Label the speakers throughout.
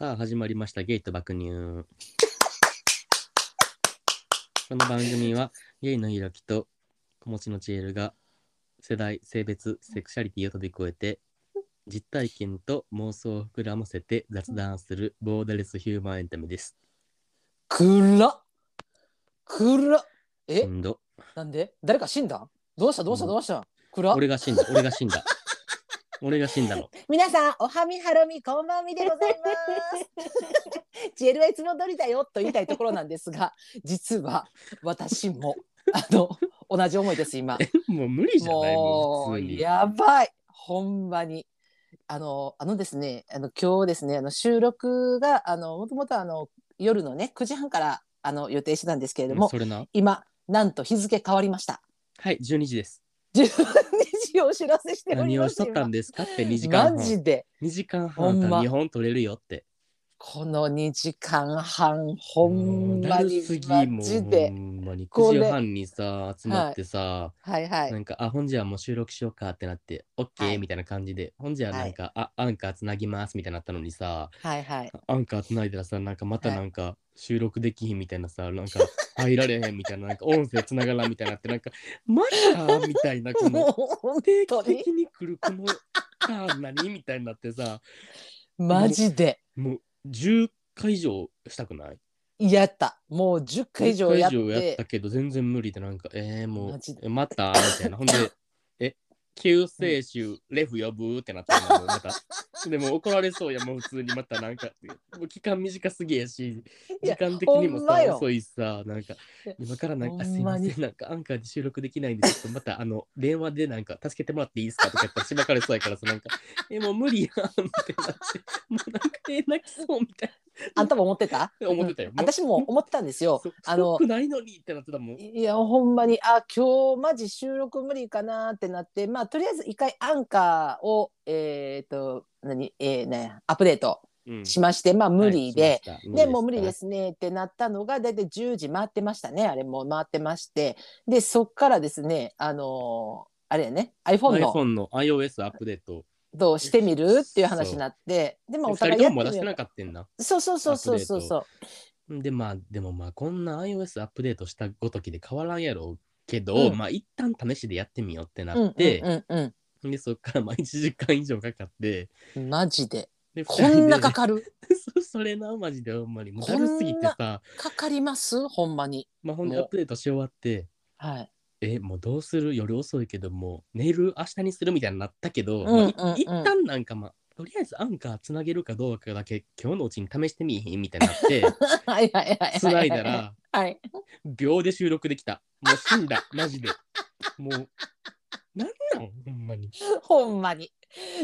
Speaker 1: 始まりましたゲイと爆乳。この番組はゲイのひろきと子持ちのチエルが世代、性別、セクシャリティを飛び越えて実体験と妄想を膨らませて雑談するボーダレスヒューマンエンタメです。
Speaker 2: くらっくらっえ、
Speaker 1: 今度
Speaker 2: なんで誰か死んだんどうしたどうした
Speaker 1: うん
Speaker 2: どうしたくらっ
Speaker 1: 俺が死んだ、俺が死んだ。俺が死んだの。
Speaker 3: 皆さん、おはみはろみ、こんばんみでございます。ジェルはいつも通りだよ。
Speaker 2: と言いたいところなんですが、 実は私もあの同じ思いです今。
Speaker 1: もう無理 じゃないも
Speaker 2: も
Speaker 1: う普
Speaker 2: う
Speaker 1: 通に。
Speaker 2: やばいほんまに。あのあのですねあの今日ですねあの収録があのもともとあの夜のね9時半からあの予定してたんですけれども
Speaker 1: それな。
Speaker 2: 今なんと日付変わりました。
Speaker 1: はい、12時です。
Speaker 2: 12時をお知らせしており
Speaker 1: 何
Speaker 2: ま
Speaker 1: をし
Speaker 2: す
Speaker 1: とったんですかって2時
Speaker 2: 今
Speaker 1: 間
Speaker 2: マ
Speaker 1: 半。
Speaker 2: ジで
Speaker 1: 2時間
Speaker 2: ほ
Speaker 1: 半
Speaker 2: ん
Speaker 1: あった
Speaker 2: ま
Speaker 1: ら日本取れるよって。
Speaker 2: この2時間半ほん
Speaker 1: だ
Speaker 2: ま
Speaker 1: る
Speaker 2: に
Speaker 1: すぎ
Speaker 2: マ
Speaker 1: もう
Speaker 2: ジ
Speaker 1: ほ
Speaker 2: で
Speaker 1: んまに
Speaker 2: こ
Speaker 1: 9
Speaker 2: れ
Speaker 1: 時半にさ集まってさ、
Speaker 2: はいはい
Speaker 1: なんかあ本日はもう収録しようかってなってオッケ
Speaker 2: は
Speaker 1: ー
Speaker 2: い
Speaker 1: みたいな感じで、本日はなんか、あアンカーつなぎますみたいになったのにさ
Speaker 2: はいはい
Speaker 1: アンカーつないだらさなんかまたなんか収録できひんみたいなさなんか入られへんみたいななんか音声つながらんみたいになってなんかまたみたいなこの
Speaker 2: も
Speaker 1: 定
Speaker 2: 当
Speaker 1: 期
Speaker 2: に
Speaker 1: 的に来るこのターン何みたいになってさ
Speaker 2: うマジで
Speaker 1: もう10回以上したくない
Speaker 2: やったもう10回以上やっ
Speaker 1: 10回以上やった
Speaker 2: て
Speaker 1: けど全然無理でなんかえー、も
Speaker 2: マ
Speaker 1: う
Speaker 2: ジで
Speaker 1: えまたみたいなほんで え救世主レフ呼ぶってなったのもうまたでも怒られそうやもう普通にまたなんかもう期間短すぎやし
Speaker 2: い
Speaker 1: 時
Speaker 2: や
Speaker 1: 間的にも
Speaker 2: ほんま
Speaker 1: さ
Speaker 2: よ
Speaker 1: 遅いしさなんか今からなんかあ
Speaker 2: ほ
Speaker 1: すい
Speaker 2: ん
Speaker 1: ま
Speaker 2: まに
Speaker 1: せんなんかアンカーで収録できないんでちょっとまたあの電話でなんか助けてもらっていいですかとか言ったらしばかれそうやからさなんかえもう無理やんってなってもうなんかえ泣きそうみたい
Speaker 2: あんたも思ってた
Speaker 1: な思ってたよ、
Speaker 2: うん私も思ってたんですよ
Speaker 1: そう
Speaker 2: あの
Speaker 1: ストックないのにってなってたもん
Speaker 2: いやほんまにあ今日マジ収録無理かなってなってまあとりあえず一回アンカーをえっ、と何えー、ねアップデート
Speaker 1: うん
Speaker 2: しまして、まあ無理で、
Speaker 1: はいしました
Speaker 2: でもう無理で。すねってなったのが大体10時回ってましたねあれもう回ってましてでそっからですねあのーあれやね iPhone の
Speaker 1: iPhone の iOS アップデート。
Speaker 2: どうしてみるっていう話になってでも
Speaker 1: 二
Speaker 2: お
Speaker 1: 人
Speaker 2: 互い
Speaker 1: と
Speaker 2: やっ
Speaker 1: もまだ
Speaker 2: て
Speaker 1: して
Speaker 2: み
Speaker 1: な
Speaker 2: る
Speaker 1: かったんな。
Speaker 2: そうそうそうそうそうそう
Speaker 1: で、まあ、でもまあ、こんな iOS アップデートしたごときで変わらんやろうけど、
Speaker 2: うん
Speaker 1: まあ、一旦試しでやってみようって
Speaker 2: うん
Speaker 1: な
Speaker 2: う
Speaker 1: って、
Speaker 2: んうん
Speaker 1: で、そっからまあ1時間以上かかって、
Speaker 2: うんマジで
Speaker 1: で
Speaker 2: こんな
Speaker 1: 二人で
Speaker 2: かかる
Speaker 1: そうそれな、マジでほんまに。もうだるすぎてさ、
Speaker 2: かかりますほんまに
Speaker 1: まあ、ほんでア
Speaker 2: もう
Speaker 1: ップデートし終わって、
Speaker 2: はい
Speaker 1: え、もうどうする夜遅いけど、もう寝る明日にするみたいになったけど、
Speaker 2: ん
Speaker 1: まあい
Speaker 2: うんうん
Speaker 1: 一旦なんかまあ、とりあえずアンカーつなげるかどうかだけ今日のうちに試してみいひんみたいになって、
Speaker 2: はいはいはいは
Speaker 1: つないだら
Speaker 2: はい
Speaker 1: 秒で収録できたもう死んだ マジでもうなんなんほんまに
Speaker 2: ほんまに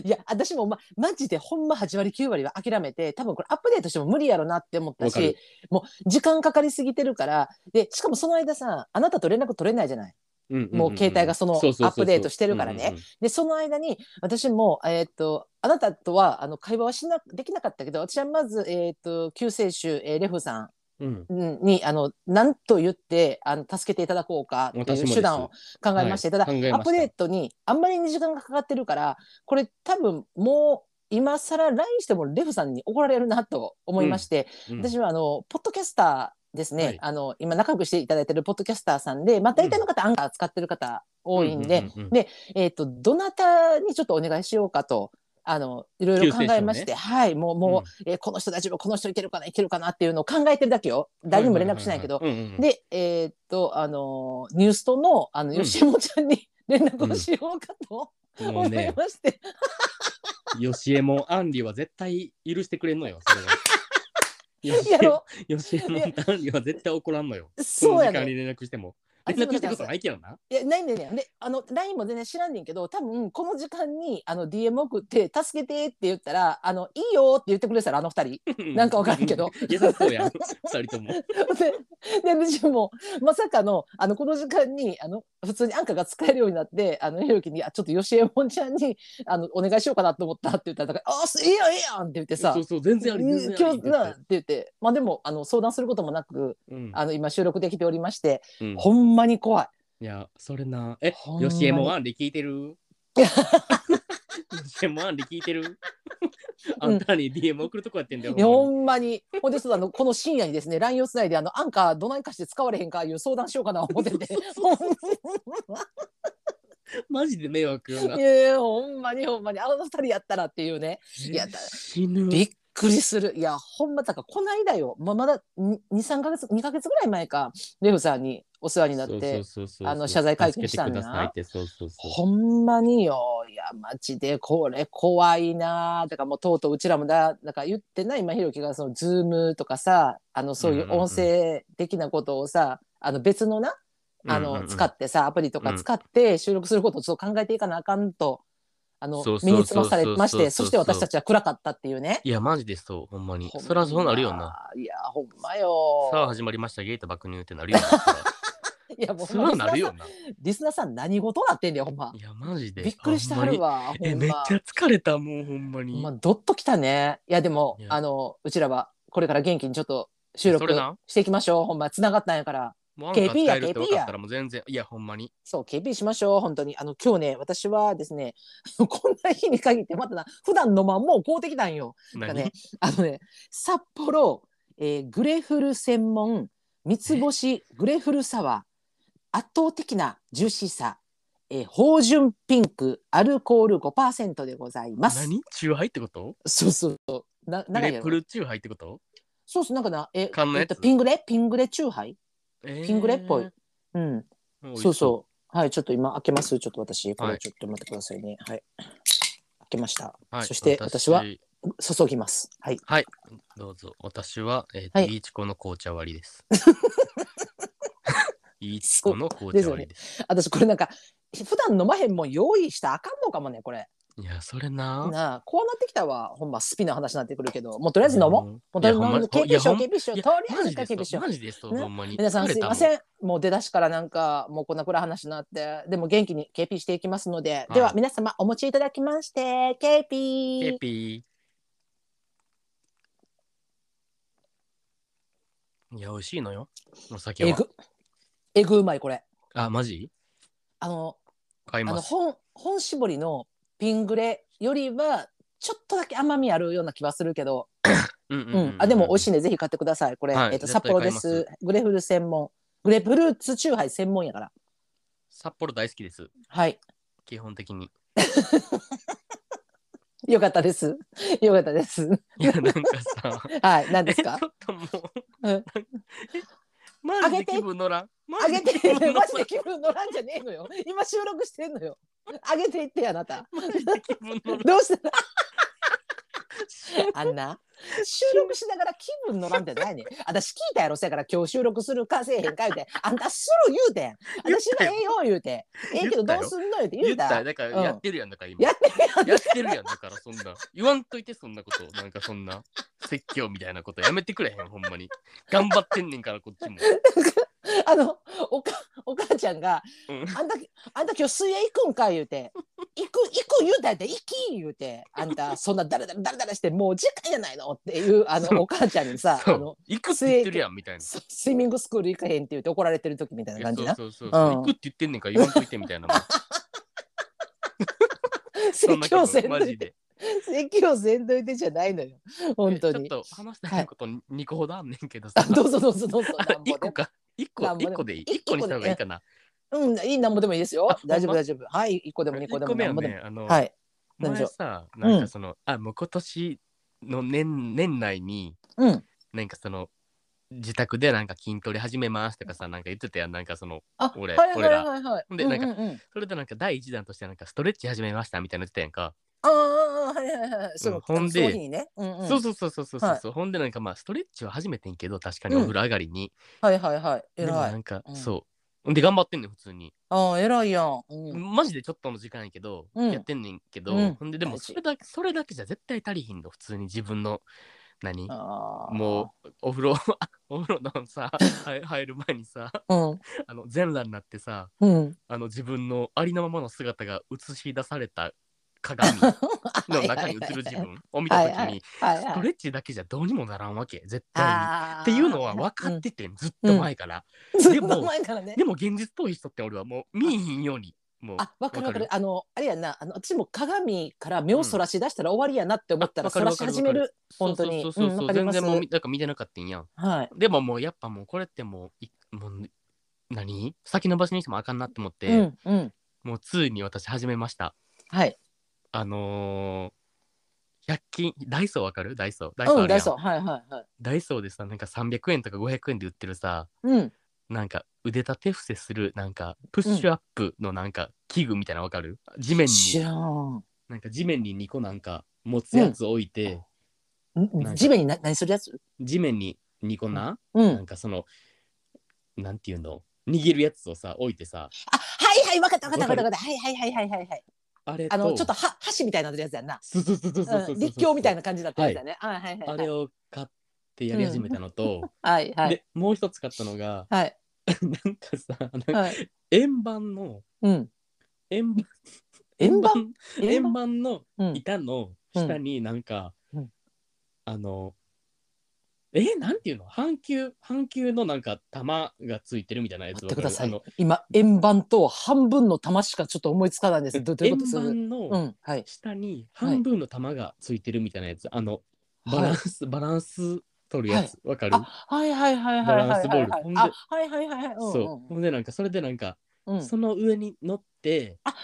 Speaker 2: いや私も、ま、マジでほんま8割9割は諦めて多分これアップデートしても無理やろなって思った
Speaker 1: わか
Speaker 2: し
Speaker 1: る
Speaker 2: もう時間かかりすぎてるからでしかもその間さあなたと連絡取れないじゃないもう携帯がそのアップデートしてるからねでその間に私も、えーっとあなたとはあの会話はしなできなかったけど私はまず、えーっと救世主、えーレフさ
Speaker 1: うんうんうんうん
Speaker 2: んにあの何と言ってあの助けていただこうかってい
Speaker 1: 私も
Speaker 2: う
Speaker 1: です
Speaker 2: 手段を考えまして、
Speaker 1: はい
Speaker 2: ただ
Speaker 1: 考えました
Speaker 2: アップデートにあんまりに時間がかかってるからこれ多分もう今更 LINE してもレフさんに怒られるなと思いまして、
Speaker 1: うん
Speaker 2: 私はあのポッドキャスターですね、
Speaker 1: はい
Speaker 2: あの今仲良くしていただいてるポッドキャスターさんで、まあ、大体の方、アンカー使ってる方多いんで、
Speaker 1: ううう
Speaker 2: でえっとどなたにちょっとお願いしようかと。あのいろいろ考えまして、はいもうもう、えーこの人大丈夫この人いけるかないけるかなっていうのを考えてるだけよ
Speaker 1: うん
Speaker 2: 誰にも連絡しないけど、
Speaker 1: うんうんうん
Speaker 2: で、えーっと、あのーニュースとの、あの、
Speaker 1: うん
Speaker 2: 吉本ちゃんに連絡をしようかと
Speaker 1: も
Speaker 2: 思
Speaker 1: う
Speaker 2: い
Speaker 1: ね
Speaker 2: まして、
Speaker 1: よしえもアンリは絶対許してくれんのよそれはよし
Speaker 2: やろ
Speaker 1: えよしえもとアンリは絶対怒らんのよ
Speaker 2: う、
Speaker 1: そ
Speaker 2: そ
Speaker 1: の
Speaker 2: う
Speaker 1: 時
Speaker 2: や
Speaker 1: 間に
Speaker 2: ね。
Speaker 1: 連絡しても
Speaker 2: あ
Speaker 1: 連絡したこと
Speaker 2: そう
Speaker 1: ないけどない
Speaker 2: や、ないんだよね。で、あの、LINE も全然知らんねんけど、多分、この時間に、あの、DM 送って、助けてって言ったら、あの、いいよって言ってくれてたら、あの 二人。 なんかわからんけど
Speaker 1: 優しそうやん二人とも
Speaker 2: で、で、私も、まさかの、あの、この時間に、あの、普通にアンカーが使えるようになって、あの、ひろきに、あ、ちょっと吉江もんちゃんに、あの、お願いしようかなと思ったって言ったら、だからあ、すいいやん、ええやんって言って さ
Speaker 1: そ、うそう全然あり
Speaker 2: うん
Speaker 1: 全然あ
Speaker 2: 今
Speaker 1: り
Speaker 2: 日なって言ってまあでもあの相談することもなく
Speaker 1: うん
Speaker 2: あの今収録できておりまして、
Speaker 1: うん
Speaker 2: ほんまに怖い
Speaker 1: いや、それな。え
Speaker 2: ほん、まに
Speaker 1: よしえもワンで聞いてるよしえもワンで聞いてるあんたに DM 送るとこやってんだよ
Speaker 2: いや。ほんまに。ほんで、そうあの、この深夜にですね、LINE をつないで、あの、アンカーどないかして使われへんかいう相談しようかな思って て。
Speaker 1: マジで迷惑よな。
Speaker 2: いやいや、ほんまにほんまに。あの二人やったらっていうね。いやだ
Speaker 1: 死ぬ。
Speaker 2: びっくりする。いや、ほんま、だからこの間よ。まあ、まだ2、3ヶ月、2ヶ月ぐらい前か、レフさんにお世話になって、あの謝罪会見したんだな
Speaker 1: な。そうそうそう
Speaker 2: ほんまによ。いや、マジでこれ怖いなぁ。だからもうとうとううちらもだ、なんか言ってない、今ひろきがそのズームとかさ、あの、そういう音声的なことをさ、あの別のな、あ
Speaker 1: うんうん
Speaker 2: の、
Speaker 1: うん
Speaker 2: 使ってさ、アプリとか使って収録することをちょっと考えていかなあかんと、あの
Speaker 1: そう、そう
Speaker 2: 身につまされまし
Speaker 1: そうそうそう
Speaker 2: て、そして私たちは暗かったっていうね。
Speaker 1: いや、マジでそう、ほんまに
Speaker 2: ほ。んま
Speaker 1: そりゃそうなるよな。。
Speaker 2: いや、ほんまよ。
Speaker 1: さあ始まりました、ゲート爆乳ってなるよな。そ
Speaker 2: い
Speaker 1: り
Speaker 2: や、も
Speaker 1: ゃ
Speaker 2: う
Speaker 1: そりゃなるよ
Speaker 2: リスナ
Speaker 1: な。
Speaker 2: ーさん。リスナーさん何事なってんだよ、ほんま
Speaker 1: い。や、マジで。
Speaker 2: びっくりしてはるわ。
Speaker 1: ほんまに。え、
Speaker 2: ほん
Speaker 1: めっ
Speaker 2: ま
Speaker 1: ちゃ疲れた、もうほんまに。
Speaker 2: まあ、どっときたね。いや、でも
Speaker 1: い、や
Speaker 2: あの、うちらは、これから元気にちょっと収録
Speaker 1: それな
Speaker 2: していきましょう。ほんま、繋がったんやから。
Speaker 1: もうアンカー
Speaker 2: KP
Speaker 1: 使
Speaker 2: や
Speaker 1: えるって分かったらもう全然、いや、ほんまに。
Speaker 2: そう、KB しましょう。本当に。あの、今日ね、私はですね、 こんな日に限って、またな、普段のまんもうこうてきたんよ。なんか
Speaker 1: 何
Speaker 2: ね、あのね、札幌、えーグレフル専門、三つ星グレフルサワー、圧倒的なジューシーさ、えー、芳醇ピンク、アルコール5%でございます。
Speaker 1: 何チューハイってこと
Speaker 2: そうそうそう。な、
Speaker 1: グ
Speaker 2: 長
Speaker 1: レ
Speaker 2: いや
Speaker 1: ー
Speaker 2: ろ
Speaker 1: プルチューハイってこと
Speaker 2: そうそう、なんかな、え、
Speaker 1: 缶のやつ
Speaker 2: えっと、ピングレ、ピングレチューハイ。
Speaker 1: ピ
Speaker 2: ピングレっぽい。うん、そうそう。はい、ちょっと今開けます。ちょっと私、こ
Speaker 1: は
Speaker 2: れ
Speaker 1: い
Speaker 2: ちょっと待ってくださいね。はい。開けました。
Speaker 1: う。はい
Speaker 2: そして私は注ぎます。はい。
Speaker 1: はい、どうぞ。私は、えーと
Speaker 2: はい
Speaker 1: いいちこの紅茶割り です。いいちこの紅茶割りです。
Speaker 2: 私、これなんか、普段飲まへんもん用意したらあかんのかもね、これ。
Speaker 1: いや、それな。
Speaker 2: なあ、こうなってきたわ。ほんま、スピの話になってくるけど、もうとりあえず飲もう。も
Speaker 1: ん
Speaker 2: うとりあえず飲
Speaker 1: いやほんま
Speaker 2: む。警備し
Speaker 1: いや
Speaker 2: よう、警備しよう。
Speaker 1: いや
Speaker 2: とりあえず
Speaker 1: マジで
Speaker 2: 警備
Speaker 1: そ
Speaker 2: し
Speaker 1: う。
Speaker 2: よう。
Speaker 1: マジでそう、
Speaker 2: ね
Speaker 1: ほんまに。
Speaker 2: 皆さんすいま
Speaker 1: ん。
Speaker 2: せん。もう出だしからなんか、もうこんな暗い話になって、でも元気に KP していきますので、
Speaker 1: い
Speaker 2: では皆様お持ちいただきまして、KP!
Speaker 1: ケピー。いや、美味しいのよ。お酒
Speaker 2: え
Speaker 1: は。
Speaker 2: ぐ、えぐうまいこれ。
Speaker 1: あ、マジ
Speaker 2: あの、
Speaker 1: 買い
Speaker 2: あ
Speaker 1: ま
Speaker 2: の
Speaker 1: す。
Speaker 2: 本、本絞りのピングレよりは、ちょっとだけ甘みあるような気はするけど、
Speaker 1: うんう
Speaker 2: うんん、
Speaker 1: うんうん
Speaker 2: あ、でも美味しいね、ぜひ買ってください。これ、
Speaker 1: はい
Speaker 2: えっと、
Speaker 1: 絶対
Speaker 2: 札幌
Speaker 1: 買
Speaker 2: で
Speaker 1: います
Speaker 2: す。グレフル専門。グレープフルーツチューハイ専門やから。
Speaker 1: 札幌大好きです。
Speaker 2: はい。
Speaker 1: 基本的に。
Speaker 2: よかったです。 よかったです。
Speaker 1: いや、なんかさ。
Speaker 2: はい、何です
Speaker 1: え
Speaker 2: か
Speaker 1: ちょっともう。
Speaker 2: うん
Speaker 1: なんかえマジ
Speaker 2: あ
Speaker 1: で
Speaker 2: げて
Speaker 1: 気分乗らん。マ
Speaker 2: あ
Speaker 1: ジ
Speaker 2: げ
Speaker 1: で
Speaker 2: て
Speaker 1: 気分乗ら、ん
Speaker 2: マジで気分乗らんじゃねえのよ。今収録してんのよ。あげていってよあなた。
Speaker 1: マジで気分乗らん。
Speaker 2: どうしたの あんな収録しながら気分乗らんってないねん私聞いたやろせやから今日収録するかせえへんか言うてあんたする言うてん
Speaker 1: 言っ
Speaker 2: 私
Speaker 1: た
Speaker 2: は
Speaker 1: よ
Speaker 2: ええよ言うてええけどどうすんの言うて言
Speaker 1: 言
Speaker 2: う
Speaker 1: ったただからや
Speaker 2: う
Speaker 1: っ
Speaker 2: ん
Speaker 1: てるやんだから今
Speaker 2: やってる
Speaker 1: やってるやんだからそんな言わんといてそんなことなんかそんな説教みたいなことやめてくれへんほんまに頑張ってんねんからこっちも
Speaker 2: やんあのおかお母ちゃんが、
Speaker 1: うん
Speaker 2: あんたあんた今日水泳行くんか言うて行く行く言うたやて行き言うてあんたそんなだらだらだらだらしてもう時間やないのっていうあ
Speaker 1: そう
Speaker 2: のお母ちゃんにさあ
Speaker 1: そう
Speaker 2: の
Speaker 1: 行くって言ってるやんみたいな
Speaker 2: ススイミングスクール行かへんって言って怒られてる時みたい
Speaker 1: い
Speaker 2: な
Speaker 1: やそ
Speaker 2: 感じ
Speaker 1: う
Speaker 2: な
Speaker 1: そうそうそう
Speaker 2: う
Speaker 1: 行
Speaker 2: ん
Speaker 1: くって言ってんねんから言わんといてみたいなもう そん
Speaker 2: 説
Speaker 1: な
Speaker 2: 教
Speaker 1: こ
Speaker 2: せ
Speaker 1: と
Speaker 2: ん
Speaker 1: マ
Speaker 2: とい
Speaker 1: ジで
Speaker 2: て席をせんといてじゃないのよ本当に
Speaker 1: ちょっと話したいこと2個ほどあんねんけどさ
Speaker 2: あどうぞどうぞどうぞなん
Speaker 1: 1
Speaker 2: ぼで
Speaker 1: 個
Speaker 2: も
Speaker 1: か1個
Speaker 2: なんぼでも
Speaker 1: 1個でいい
Speaker 2: 一
Speaker 1: 1個にした方がいいかな
Speaker 2: うんいいなんぼでもいいですよ
Speaker 1: あ
Speaker 2: 大丈
Speaker 1: ほんま
Speaker 2: 夫大丈夫はい一個でも二個
Speaker 1: 1
Speaker 2: でも
Speaker 1: 個目
Speaker 2: な
Speaker 1: は
Speaker 2: んぼでも
Speaker 1: ねあの
Speaker 2: はい何でしょ
Speaker 1: 前さ
Speaker 2: う
Speaker 1: なんかそのあもう今年の年年内に
Speaker 2: うん
Speaker 1: なんかその自宅でなんか筋トレ始めますとかさなんか言ってたやんなんかその
Speaker 2: あ
Speaker 1: 俺
Speaker 2: はい
Speaker 1: 俺
Speaker 2: はい
Speaker 1: ら
Speaker 2: はいはい
Speaker 1: でなんか
Speaker 2: ううう
Speaker 1: それでなんか第一弾としてなんかストレッチ始めましたみたいなの言ってたやんか、
Speaker 2: ああはいはいはいその
Speaker 1: ほんで
Speaker 2: その日にねうんうん
Speaker 1: そうそうそうそうそうそう、
Speaker 2: はい
Speaker 1: ほんでなんかまあストレッチは始めてんけど確かに
Speaker 2: う
Speaker 1: お
Speaker 2: ん
Speaker 1: 風呂上がりに、
Speaker 2: はいはいはい
Speaker 1: でも
Speaker 2: 偉
Speaker 1: ないんか、
Speaker 2: うん
Speaker 1: そうで頑張ってんねん普通に、
Speaker 2: ああ偉いやんうん
Speaker 1: マジでちょっとの時間やけど、
Speaker 2: うん
Speaker 1: やってんねんけど、
Speaker 2: うん
Speaker 1: ほんででも
Speaker 2: 大
Speaker 1: そ
Speaker 2: 事
Speaker 1: れだけそれだけじゃ絶対足りひんの普通に自分の何
Speaker 2: ああ
Speaker 1: もうお風呂 お風呂のさ入入る前にさ
Speaker 2: うん
Speaker 1: あの全裸になってさ
Speaker 2: うん
Speaker 1: あの自分のありのままの姿が映し出された 鏡の中に映る自分を見た時に
Speaker 2: はい
Speaker 1: スト
Speaker 2: はい
Speaker 1: レッチだけじゃどうにもならんわけ絶対に。
Speaker 2: あー
Speaker 1: っていうのは分かっててんずっと前から。
Speaker 2: うん
Speaker 1: でも
Speaker 2: ずっと前からね
Speaker 1: でも現実逃避しとって俺はもう見えひんようにもう
Speaker 2: あ、わかるわか
Speaker 1: わ
Speaker 2: る。あの、あれやな、あの、私も鏡から目をそらし出したら終わりやなって思ったら、
Speaker 1: あわか
Speaker 2: そ
Speaker 1: る
Speaker 2: ら
Speaker 1: わ
Speaker 2: し
Speaker 1: かる
Speaker 2: 始める。
Speaker 1: そうそうそうそう
Speaker 2: 本当にうんわかり
Speaker 1: 全
Speaker 2: ます
Speaker 1: 然もうみなんか見てなかったんやん
Speaker 2: はい。
Speaker 1: でももうやっぱもうこれってもういもう何先延ばしにしてもあかんなって思って、
Speaker 2: うん、うん。
Speaker 1: もう2に私始めました
Speaker 2: はい。
Speaker 1: あのー、100均ダイソーわかるダイソーダイソーあ
Speaker 2: うん、
Speaker 1: るや
Speaker 2: ダ
Speaker 1: ん
Speaker 2: イソー。はい、はい、はい。
Speaker 1: ダイソーでさなんか300円とか500円で売ってるさ
Speaker 2: うん。
Speaker 1: なんか腕立て伏せするなんかプッシュアップのなんか器具みたいなのわかる、地面
Speaker 2: 知
Speaker 1: に
Speaker 2: らん。
Speaker 1: なんか地面に2個なんか持つやつ置いて、なんか
Speaker 2: ん地面にな何するやつ
Speaker 1: 地面に2個な、
Speaker 2: うん。
Speaker 1: なんかそのなんていうの握るやつをさ置いてさ
Speaker 2: あ、はいはい、わかったわかったわかったわかった。はいはいはいはいはいはい。
Speaker 1: あれと
Speaker 2: あの、ちょっとは箸みたいなやつやんな。
Speaker 1: そうそうそうそうそうそううん
Speaker 2: 立教みたいな感じだったやつだね。はいはい
Speaker 1: あ
Speaker 2: はい
Speaker 1: れ。を買ってやり始めたの と、
Speaker 2: はいはい。
Speaker 1: でもう一つ買ったのが
Speaker 2: はい。
Speaker 1: なんかさなんか
Speaker 2: はい。
Speaker 1: 円盤の
Speaker 2: うん。
Speaker 1: 円盤
Speaker 2: 円盤
Speaker 1: 円盤の
Speaker 2: うん。
Speaker 1: 板の下になんか、
Speaker 2: うん
Speaker 1: あのえなんていうの半球半球のなんか玉がついてるみたいなやつ
Speaker 2: 待ってくださ
Speaker 1: わ
Speaker 2: い
Speaker 1: か。
Speaker 2: 今、円盤と半分の玉しかちょっと思いつかないんです。どど
Speaker 1: る
Speaker 2: うい
Speaker 1: あ
Speaker 2: うこ
Speaker 1: の
Speaker 2: とする
Speaker 1: 円盤
Speaker 2: う
Speaker 1: の
Speaker 2: ん。はい。
Speaker 1: 下に半分の玉がついてるみたいなやつ、あのバランス、バランス取るやつわかる、
Speaker 2: あ、はいはいはいはいはいはいはい。
Speaker 1: バランスボールほんで
Speaker 2: あ、はいはいはいはい。
Speaker 1: そうほんでなんかそれでなんか、
Speaker 2: うん。うん。
Speaker 1: その上に乗って
Speaker 2: は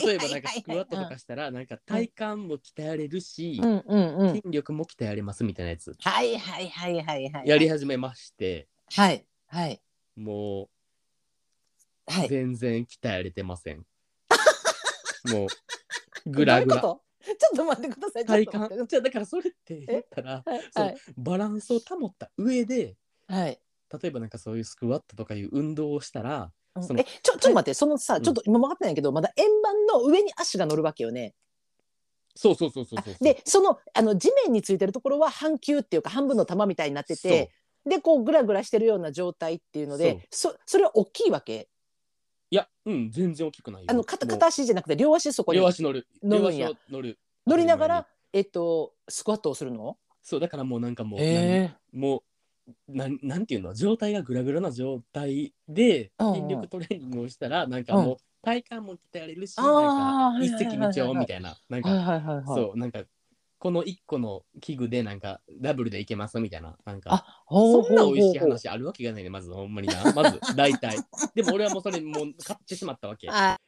Speaker 2: い。
Speaker 1: 例えばなんかスクワットと
Speaker 2: はい
Speaker 1: かしたらなんか体幹も鍛えれるし、
Speaker 2: うんうんうん。
Speaker 1: 筋力も鍛えれますみたいなやつ
Speaker 2: はいはいはいはいはい。
Speaker 1: やり始めまして、
Speaker 2: はいはい
Speaker 1: もう
Speaker 2: はい。
Speaker 1: 全然鍛えれてま せん。もうグラグラ。
Speaker 2: どういうこと ちょっと待ってください。
Speaker 1: 体
Speaker 2: ちょっと待っ
Speaker 1: 幹じゃあだからそれって言ったら
Speaker 2: てはい
Speaker 1: そのバランスを保った上で
Speaker 2: はい。
Speaker 1: 例えばなんかそういうスクワットとかいう運動をしたら
Speaker 2: うん
Speaker 1: その
Speaker 2: えちょちょっと待ってそのさ
Speaker 1: ん
Speaker 2: ちょっと今分かってないけど、まだ円盤の上に足が乗るわけよね。
Speaker 1: そうそうそうそうそうそう
Speaker 2: でそのあの地面についてるところは半球っていうか半分の玉みたいになって
Speaker 1: そう
Speaker 2: てでこうグラグラしてるような状態っていうのでそそれは大きいわけ
Speaker 1: いやうん全然大きくないよ
Speaker 2: あの片
Speaker 1: もう
Speaker 2: 片足じゃなくて両足そこに
Speaker 1: 両足乗る
Speaker 2: 乗
Speaker 1: 両
Speaker 2: るん
Speaker 1: 足
Speaker 2: や
Speaker 1: を乗る
Speaker 2: 乗りなが
Speaker 1: 当たり前に
Speaker 2: ら、えっと、スクワットをするの
Speaker 1: そうだからもうなんかもう何
Speaker 2: へ
Speaker 1: もうなんなんていうの状態がグラグラな状態で
Speaker 2: うんうん
Speaker 1: 筋力トレーニングをしたらなんかも
Speaker 2: う
Speaker 1: う体幹も鍛えられるし
Speaker 2: あー
Speaker 1: なんか
Speaker 2: はい
Speaker 1: 一
Speaker 2: はいはい
Speaker 1: 石
Speaker 2: は
Speaker 1: 二
Speaker 2: い
Speaker 1: 鳥みたいななん
Speaker 2: はい
Speaker 1: か
Speaker 2: はいはいはい。
Speaker 1: そうなんかこの1個の器具でなんかダブルでいけますみたいななんか
Speaker 2: あほう
Speaker 1: そんな
Speaker 2: ほうほう
Speaker 1: 美味しい話あるわけがないねまずほんまになまず大体でも俺はもうそれもう買ってしまったわけ
Speaker 2: あ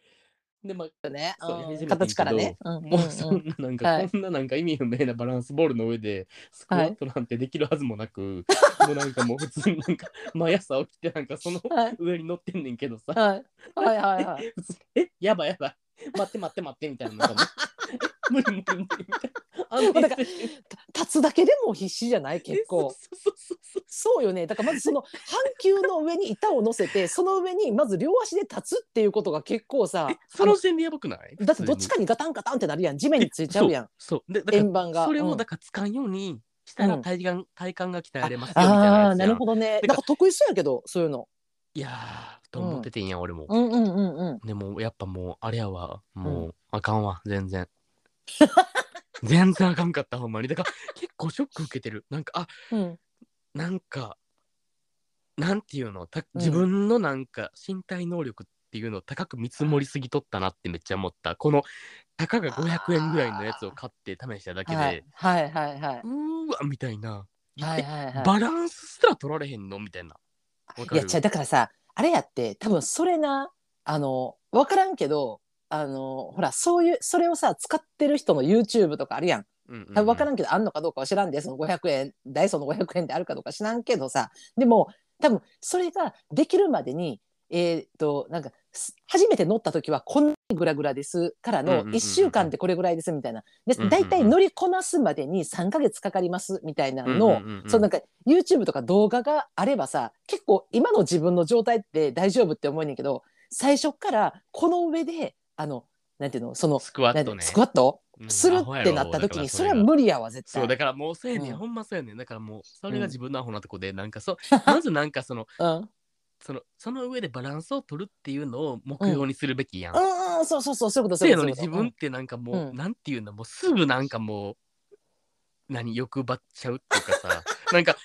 Speaker 1: でまあ
Speaker 2: ーね
Speaker 1: そうやり始めてんけど
Speaker 2: 形からね。んんん
Speaker 1: もうそんななんか、
Speaker 2: はい
Speaker 1: こんななんか意味不明なバランスボールの上でスクワットなんてできるはずもな く、もうなんかもう普通になんか毎朝起きてなんかその
Speaker 2: はい
Speaker 1: 上に乗ってんねんけどさ
Speaker 2: はいはいはいはい。
Speaker 1: 普通にえやばいやばい待って待って待ってみたいななんかもう無理無理無理みたいな安定してる。
Speaker 2: 立つだけでも必死じゃない結
Speaker 1: そ
Speaker 2: 構
Speaker 1: うそうそう
Speaker 2: そうよねだからまずその半球の上に板を乗せてその上にまず両足で立つっていうことが結構さ
Speaker 1: そうその時点でやばくない
Speaker 2: あのだってどっちかにガタンガタンってなるやん地面についちゃうやん
Speaker 1: そうそうでだ
Speaker 2: 円
Speaker 1: か
Speaker 2: 盤
Speaker 1: ら
Speaker 2: が。
Speaker 1: それ
Speaker 2: う
Speaker 1: を
Speaker 2: ん
Speaker 1: だから使うようにしたら
Speaker 2: うん
Speaker 1: 体幹,、体幹が鍛えれますよみたいな
Speaker 2: あ
Speaker 1: や
Speaker 2: あ
Speaker 1: つ
Speaker 2: な
Speaker 1: やん
Speaker 2: るほどね
Speaker 1: てか
Speaker 2: なんか得意そうやけどそういうの。
Speaker 1: いやーと思っててんや、俺も
Speaker 2: うんうんうんうん。
Speaker 1: でもやっぱもうあれやわもう、あかんわ全 然全然あかんかったほんまにだから結構ショック受けてるなんかあ
Speaker 2: うん
Speaker 1: なんかなんていうのた自分のなんか身体能力っていうのを高く見積もりすぎとったなってめっちゃ思ったこのたかが500円ぐらいのやつを買って試しただけで、。
Speaker 2: はいはいはいはいう
Speaker 1: ーわみたいな、
Speaker 2: はいはいはい。
Speaker 1: バランスすら取られへんのみたいなわか
Speaker 2: い
Speaker 1: る
Speaker 2: や違うだからさあれやって多分それなあの分からんけどあのほらそういうそれをさ使ってる人の YouTube とかあるやん
Speaker 1: うん
Speaker 2: 多分分から
Speaker 1: ん
Speaker 2: んけど、あんのかどうかは知らんでその500円ダイソーの500円であるかどうか知らんけどさでも多分それができるまでにえーっとなんかす初めて乗った時はこんなにグラグラですから
Speaker 1: うんうんう
Speaker 2: の
Speaker 1: んうん
Speaker 2: 1週間でこれぐらいですみたいなで
Speaker 1: うんうんうん
Speaker 2: 大体乗りこなすまでに3ヶ月かかりますみたいなのを
Speaker 1: うんうんうんうん
Speaker 2: そうなんか YouTube とか動画があればさ結構今の自分の状態って大丈夫って思うねんけど最初からこの上であのなんていうのその
Speaker 1: スクワ
Speaker 2: な
Speaker 1: ッ
Speaker 2: んて
Speaker 1: トね
Speaker 2: スクワット
Speaker 1: うん
Speaker 2: する
Speaker 1: アホ
Speaker 2: っ
Speaker 1: や
Speaker 2: て
Speaker 1: ろ
Speaker 2: なった
Speaker 1: だ
Speaker 2: 時
Speaker 1: から
Speaker 2: に
Speaker 1: そ
Speaker 2: そ
Speaker 1: れ
Speaker 2: れ
Speaker 1: が
Speaker 2: は無理やわ絶
Speaker 1: そう
Speaker 2: 対
Speaker 1: だからもうそうやねん、
Speaker 2: うん
Speaker 1: ほんまそうやねんだからもうそれが自分のアホなとこで、なん かそうま
Speaker 2: う
Speaker 1: ずなんかその
Speaker 2: んうん
Speaker 1: そのその上でバランスを取るっていうのを目標にするべきやん。
Speaker 2: うんそうそうそうそういうこと
Speaker 1: そ
Speaker 2: そ
Speaker 1: う
Speaker 2: うい
Speaker 1: や
Speaker 2: うこ
Speaker 1: のに
Speaker 2: とそ
Speaker 1: 自
Speaker 2: ういうこと
Speaker 1: 分ってなんかもう、
Speaker 2: うん
Speaker 1: なんていうのもう すぐなんかもう何欲張っちゃうっていうかさなんか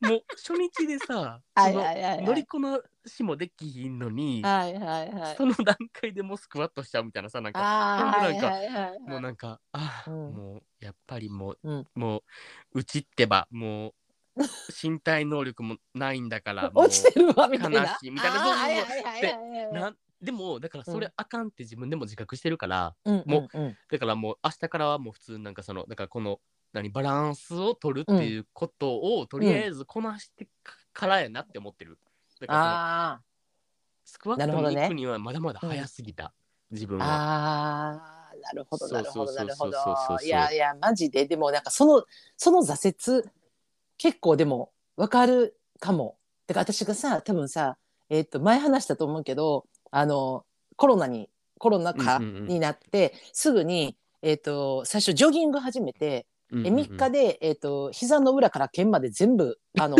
Speaker 1: もう初日でさ
Speaker 2: はいはいはい
Speaker 1: そ
Speaker 2: はい
Speaker 1: の乗りこのしもできひんのに、
Speaker 2: はいはいはい。
Speaker 1: その段階でもうスクワットしちゃうみたいなさなんか
Speaker 2: ああ、
Speaker 1: な
Speaker 2: は
Speaker 1: ん
Speaker 2: い
Speaker 1: か
Speaker 2: はいはいはい。
Speaker 1: もうなんかあー、
Speaker 2: うん
Speaker 1: もうやっぱりもう、
Speaker 2: うん
Speaker 1: もううちってばもう 身体能力もないんだからもう
Speaker 2: 落ちてるわみたいな。
Speaker 1: 悲しいみたいな
Speaker 2: あー
Speaker 1: そう
Speaker 2: はい
Speaker 1: そう
Speaker 2: はいはい
Speaker 1: で
Speaker 2: はいはい
Speaker 1: なんでもだからそ
Speaker 2: うん
Speaker 1: れあかんって自分でも自覚してるから、
Speaker 2: うん
Speaker 1: も
Speaker 2: うんうん
Speaker 1: だからもう明日からはもう普通なんかそのだからこの何バランスを取るっていうことを、とりあえずこなしてからやなって思ってる。だからその
Speaker 2: あ
Speaker 1: スクワ
Speaker 2: な
Speaker 1: ッ
Speaker 2: る
Speaker 1: ト
Speaker 2: ほど
Speaker 1: に
Speaker 2: ね
Speaker 1: 行くにはまだまだ早すぎた、自分
Speaker 2: あ、
Speaker 1: は。
Speaker 2: ああ、なるほど、なるほど、
Speaker 1: そ
Speaker 2: な
Speaker 1: うそうそ
Speaker 2: るほ
Speaker 1: うそうそうそう
Speaker 2: ど。いやいや、マジで、でも、なんか、その、その挫折。結構、でも、わかるかも。てか、私がさ、多分さ、えっ、と、前話したと思うけど、あの、コロナに、コロナ禍
Speaker 1: うんうんうん
Speaker 2: になって、すぐに。えっ、と、最初ジョギング始めて、
Speaker 1: うんうん
Speaker 2: え
Speaker 1: うん
Speaker 2: 3日で、えっと膝の裏から腱まで 全部あの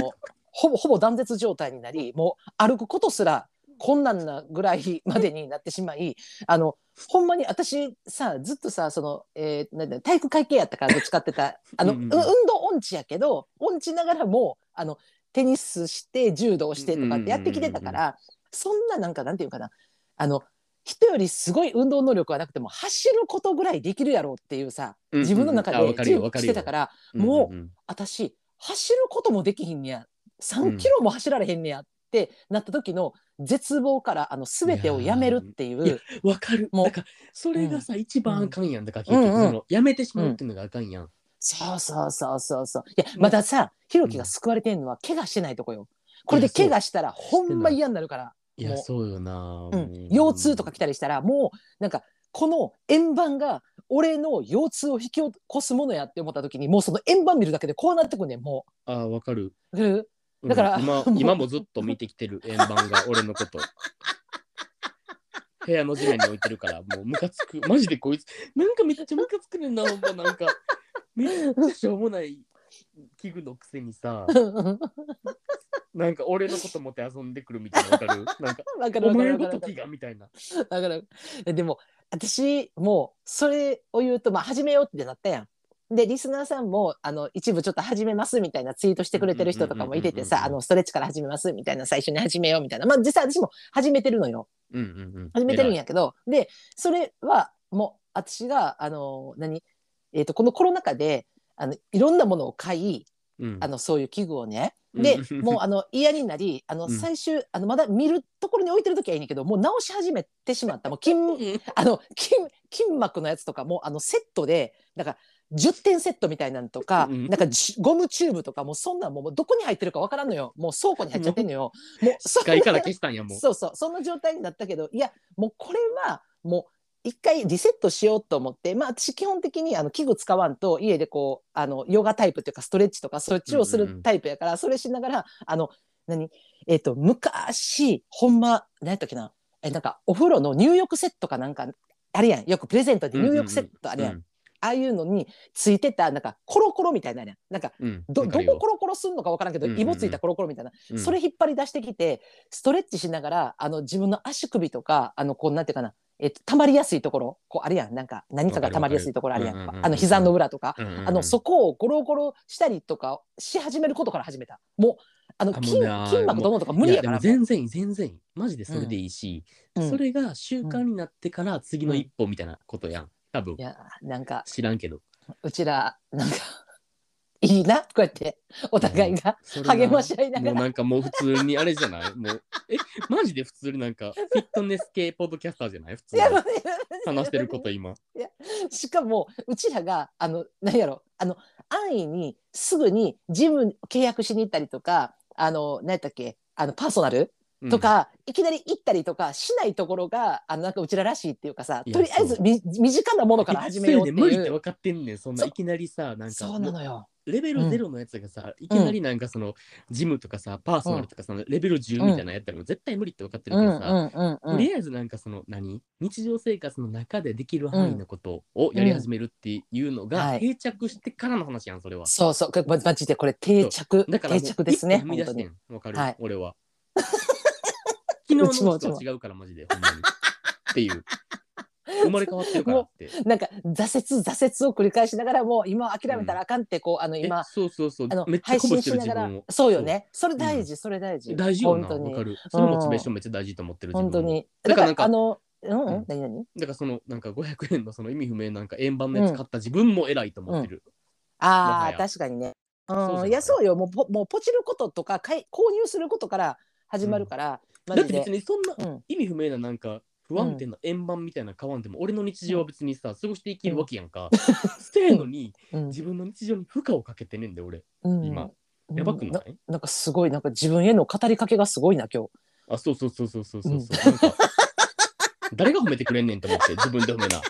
Speaker 2: ほぼほぼ断絶状態になりもう歩くことすら困難なぐらいまでになってしまいあのほんまに私さずっとさその、えーなんだ体育会系やったからどっちかって言ったらあの、
Speaker 1: う
Speaker 2: うん
Speaker 1: うんう
Speaker 2: 運
Speaker 1: ん
Speaker 2: 動音痴やけど音痴ながらもあのテニスして柔道してとかってやってきてたから、
Speaker 1: う
Speaker 2: そんななんかなんていうかなあの人よりすごい運動能力はなくても走ることぐらいできるやろうっていうさ
Speaker 1: うんうん
Speaker 2: 自分の中
Speaker 1: あ
Speaker 2: で
Speaker 1: わかるよわか
Speaker 2: し
Speaker 1: るよ
Speaker 2: てたから
Speaker 1: うんうんうん
Speaker 2: も私走ることもできひんねや3キロも走られへんねやってなった時の絶望からあの全てをやめるっていう
Speaker 1: いやわかる。
Speaker 2: もう
Speaker 1: だからそれがさ、一番あかんやんだから
Speaker 2: うん
Speaker 1: 結局
Speaker 2: うん
Speaker 1: そのやめてしまうっていうのがあかんやん。
Speaker 2: そうそうそうそうそういやまださひろきが救われてんのは怪我してないとこよこれで怪我したらほんま嫌になるから、
Speaker 1: いや
Speaker 2: もう
Speaker 1: そうよな、
Speaker 2: うん、腰痛とか来たりしたらもうなんかこの円盤が俺の腰痛を引き起こすものやって思った時にもうその円盤見るだけでこうなってくんねんも
Speaker 1: あーわかる。
Speaker 2: う。 わかる
Speaker 1: うん
Speaker 2: だから
Speaker 1: 今
Speaker 2: もう
Speaker 1: 今もずっと見てきてる円盤が俺のこと。 部屋の地面に置いてるからもうムカつく。マジでこいつなんかめっちゃムカつくねんなほんまなんかめっちゃしょうもない器具のくせにさなんか俺のこと持って遊んでくるみたいなわかるなんか
Speaker 2: わかる
Speaker 1: お
Speaker 2: わか
Speaker 1: 前
Speaker 2: る
Speaker 1: の
Speaker 2: わ
Speaker 1: こと
Speaker 2: かるわか
Speaker 1: 気
Speaker 2: る
Speaker 1: がみたいな。
Speaker 2: だからえでも私もうそれを言うと、まあ、始めようってなったやん。でリスナーさんもあの一部ちょっと始めますみたいなツイートしてくれてる人とかもいてて
Speaker 1: うん
Speaker 2: さ
Speaker 1: うんう
Speaker 2: あ
Speaker 1: んうんうん
Speaker 2: のストレッチから始めますみたいな最初に始めようみたいなまあ実際私も始めてるのよ
Speaker 1: うんうんうん。
Speaker 2: 始めてるんやけどでそれはもう私があの何、えー、とこのコロナ禍であのいろんなものを買い
Speaker 1: 偉い。うん
Speaker 2: あのそういう器具をねで
Speaker 1: うん
Speaker 2: もうあの嫌になりあ
Speaker 1: う
Speaker 2: の
Speaker 1: ん
Speaker 2: 最終あのまだ見るところに置いてる時はいいねんだけどもう直し始めてしまったもう筋あの筋筋膜のやつとかもあのセットでなんか10点セットみたいなのとか、
Speaker 1: うん
Speaker 2: なんかじゴムチューブとかもうそんなんもうもうどこに入ってるかわからんのよもう倉庫に入っちゃってんのよもう
Speaker 1: 視
Speaker 2: そんな
Speaker 1: 界から消したんやもう。
Speaker 2: そうそうそんな状態になったけどいやもうこれはもう一回リセットしようと思ってまあ私基本的にあの器具使わんと家でこうあのヨガタイプっていうかストレッチとかそっちをす
Speaker 1: うんうんう
Speaker 2: る
Speaker 1: ん
Speaker 2: タイプやから、それしながらあの何えっ、と昔ほんま何やったっけなえなんかお風呂の入浴セットかなんかあれやんよくプレゼントで入浴セットあれやん、
Speaker 1: うん
Speaker 2: ああいうのについてたなんかコロコロみたいなのあるやんなんか
Speaker 1: うん
Speaker 2: ど
Speaker 1: わ
Speaker 2: ど
Speaker 1: かる
Speaker 2: こ
Speaker 1: よ
Speaker 2: コロコロすんのか分からんけど、
Speaker 1: うんうんうん
Speaker 2: 芋ついたコロコロみたいな
Speaker 1: うん
Speaker 2: それ引っ張り出してきてストレッチしながらあの自分の足首とかあのこうなんていうかなえっと、溜まりやすいところこうあるやんなんか何かが溜まりやすいところあるやん
Speaker 1: わかるわかる
Speaker 2: あの膝の裏とか、
Speaker 1: うんうんうん
Speaker 2: あのそこをゴロゴロしたりとかし始めることから始めたもうあの
Speaker 1: あもう
Speaker 2: 筋
Speaker 1: な
Speaker 2: 筋膜どうのとか無理やから
Speaker 1: いでも全然いい全然いいマジでそれでいいし、
Speaker 2: うん
Speaker 1: それが習慣になってから次の一歩みたいなことやん多分
Speaker 2: いやなんか
Speaker 1: 知らんけど
Speaker 2: うちらなんか いいなこうやってお互いが
Speaker 1: それが
Speaker 2: 励まし合いな
Speaker 1: も
Speaker 2: が
Speaker 1: う
Speaker 2: ら
Speaker 1: なんかもう普通にあれじゃないもうえマジで普通になんかフィットネス系ポッドキャスターじゃない普通
Speaker 2: い
Speaker 1: に
Speaker 2: やもうね
Speaker 1: 話してること今
Speaker 2: しかもうちらがあの何やろあの安易にすぐにジム契約しに行ったりとかあの何やったっけあのパーソナル
Speaker 1: うん
Speaker 2: とか、いきなり行ったりとかしないところがあのなんかうちららしいっていうかさ
Speaker 1: いや
Speaker 2: とりあえずみ身近なものから始めようって
Speaker 1: そやねん無理
Speaker 2: い
Speaker 1: って
Speaker 2: う。
Speaker 1: 分かってんねんそんな
Speaker 2: そう
Speaker 1: いきなりさなんか
Speaker 2: そうなのよ。
Speaker 1: レベルゼロのやつがさ、いきなりなんかそのジムとかさパーソナルとかさ、レベル10みたいなやったら絶対無理って分かって
Speaker 2: う
Speaker 1: る
Speaker 2: ん
Speaker 1: か
Speaker 2: う
Speaker 1: ら
Speaker 2: ん
Speaker 1: さ、
Speaker 2: うんう
Speaker 1: と
Speaker 2: ん。
Speaker 1: りあえずなんかその何日常生活の中でできる範囲のことをやり始めるっていうの
Speaker 2: うん
Speaker 1: が
Speaker 2: はい
Speaker 1: 定着してからの話やんそれは。
Speaker 2: そうそうこれマジでこれ定着
Speaker 1: だからも
Speaker 2: 定
Speaker 1: う
Speaker 2: 着ですね
Speaker 1: 一歩踏み出し
Speaker 2: 本当
Speaker 1: て
Speaker 2: に。
Speaker 1: んわかる、
Speaker 2: はい
Speaker 1: 俺 は。昨日の
Speaker 2: うちも
Speaker 1: 人とは違うからマジでほんまに。っていう。生まれ変わってるからって。
Speaker 2: なんか挫折挫折を繰り返しながらもう今諦めたらあかんってこう、あの
Speaker 1: え
Speaker 2: 今
Speaker 1: そうそうそう
Speaker 2: あの
Speaker 1: めっちゃ
Speaker 2: 配
Speaker 1: 鼓舞
Speaker 2: 信
Speaker 1: して
Speaker 2: し
Speaker 1: る自
Speaker 2: ながら
Speaker 1: 分を
Speaker 2: そうよねそれ大事、それ大
Speaker 1: そう
Speaker 2: 事
Speaker 1: 大事よな
Speaker 2: 本当
Speaker 1: わ
Speaker 2: に
Speaker 1: かるそのモチベーションめっちゃ大事と思ってる自分
Speaker 2: 本
Speaker 1: を
Speaker 2: 当に
Speaker 1: だ
Speaker 2: だ
Speaker 1: か
Speaker 2: からら
Speaker 1: なんか
Speaker 2: あのうん、
Speaker 1: うん
Speaker 2: 何何
Speaker 1: だからそのなんか500円のその意味不明なんか円盤のやつ買った自分も偉いと思ってる、もは
Speaker 2: あ
Speaker 1: や
Speaker 2: あ確かにね
Speaker 1: そうじゃ
Speaker 2: う
Speaker 1: なんい
Speaker 2: いやそうよもうポもうポチることとか買い購入することから始まるから、
Speaker 1: だ
Speaker 2: マ
Speaker 1: っ
Speaker 2: ジ
Speaker 1: て
Speaker 2: で
Speaker 1: 別にそんな
Speaker 2: うん
Speaker 1: 意味不明ななんか不安定な円盤みたいなの買わんでも俺の日常は別にさ過ごしていけるわけやんか、せーのに
Speaker 2: うん
Speaker 1: 自分の日常に負荷をかけてねんで俺
Speaker 2: うん
Speaker 1: 今やばくない、
Speaker 2: なんかすごいなんか自分への語りかけがすごいな今日
Speaker 1: あそうそうそうそうそうそうそう、なんか誰が褒めてくれんねんと思って自分で褒めな。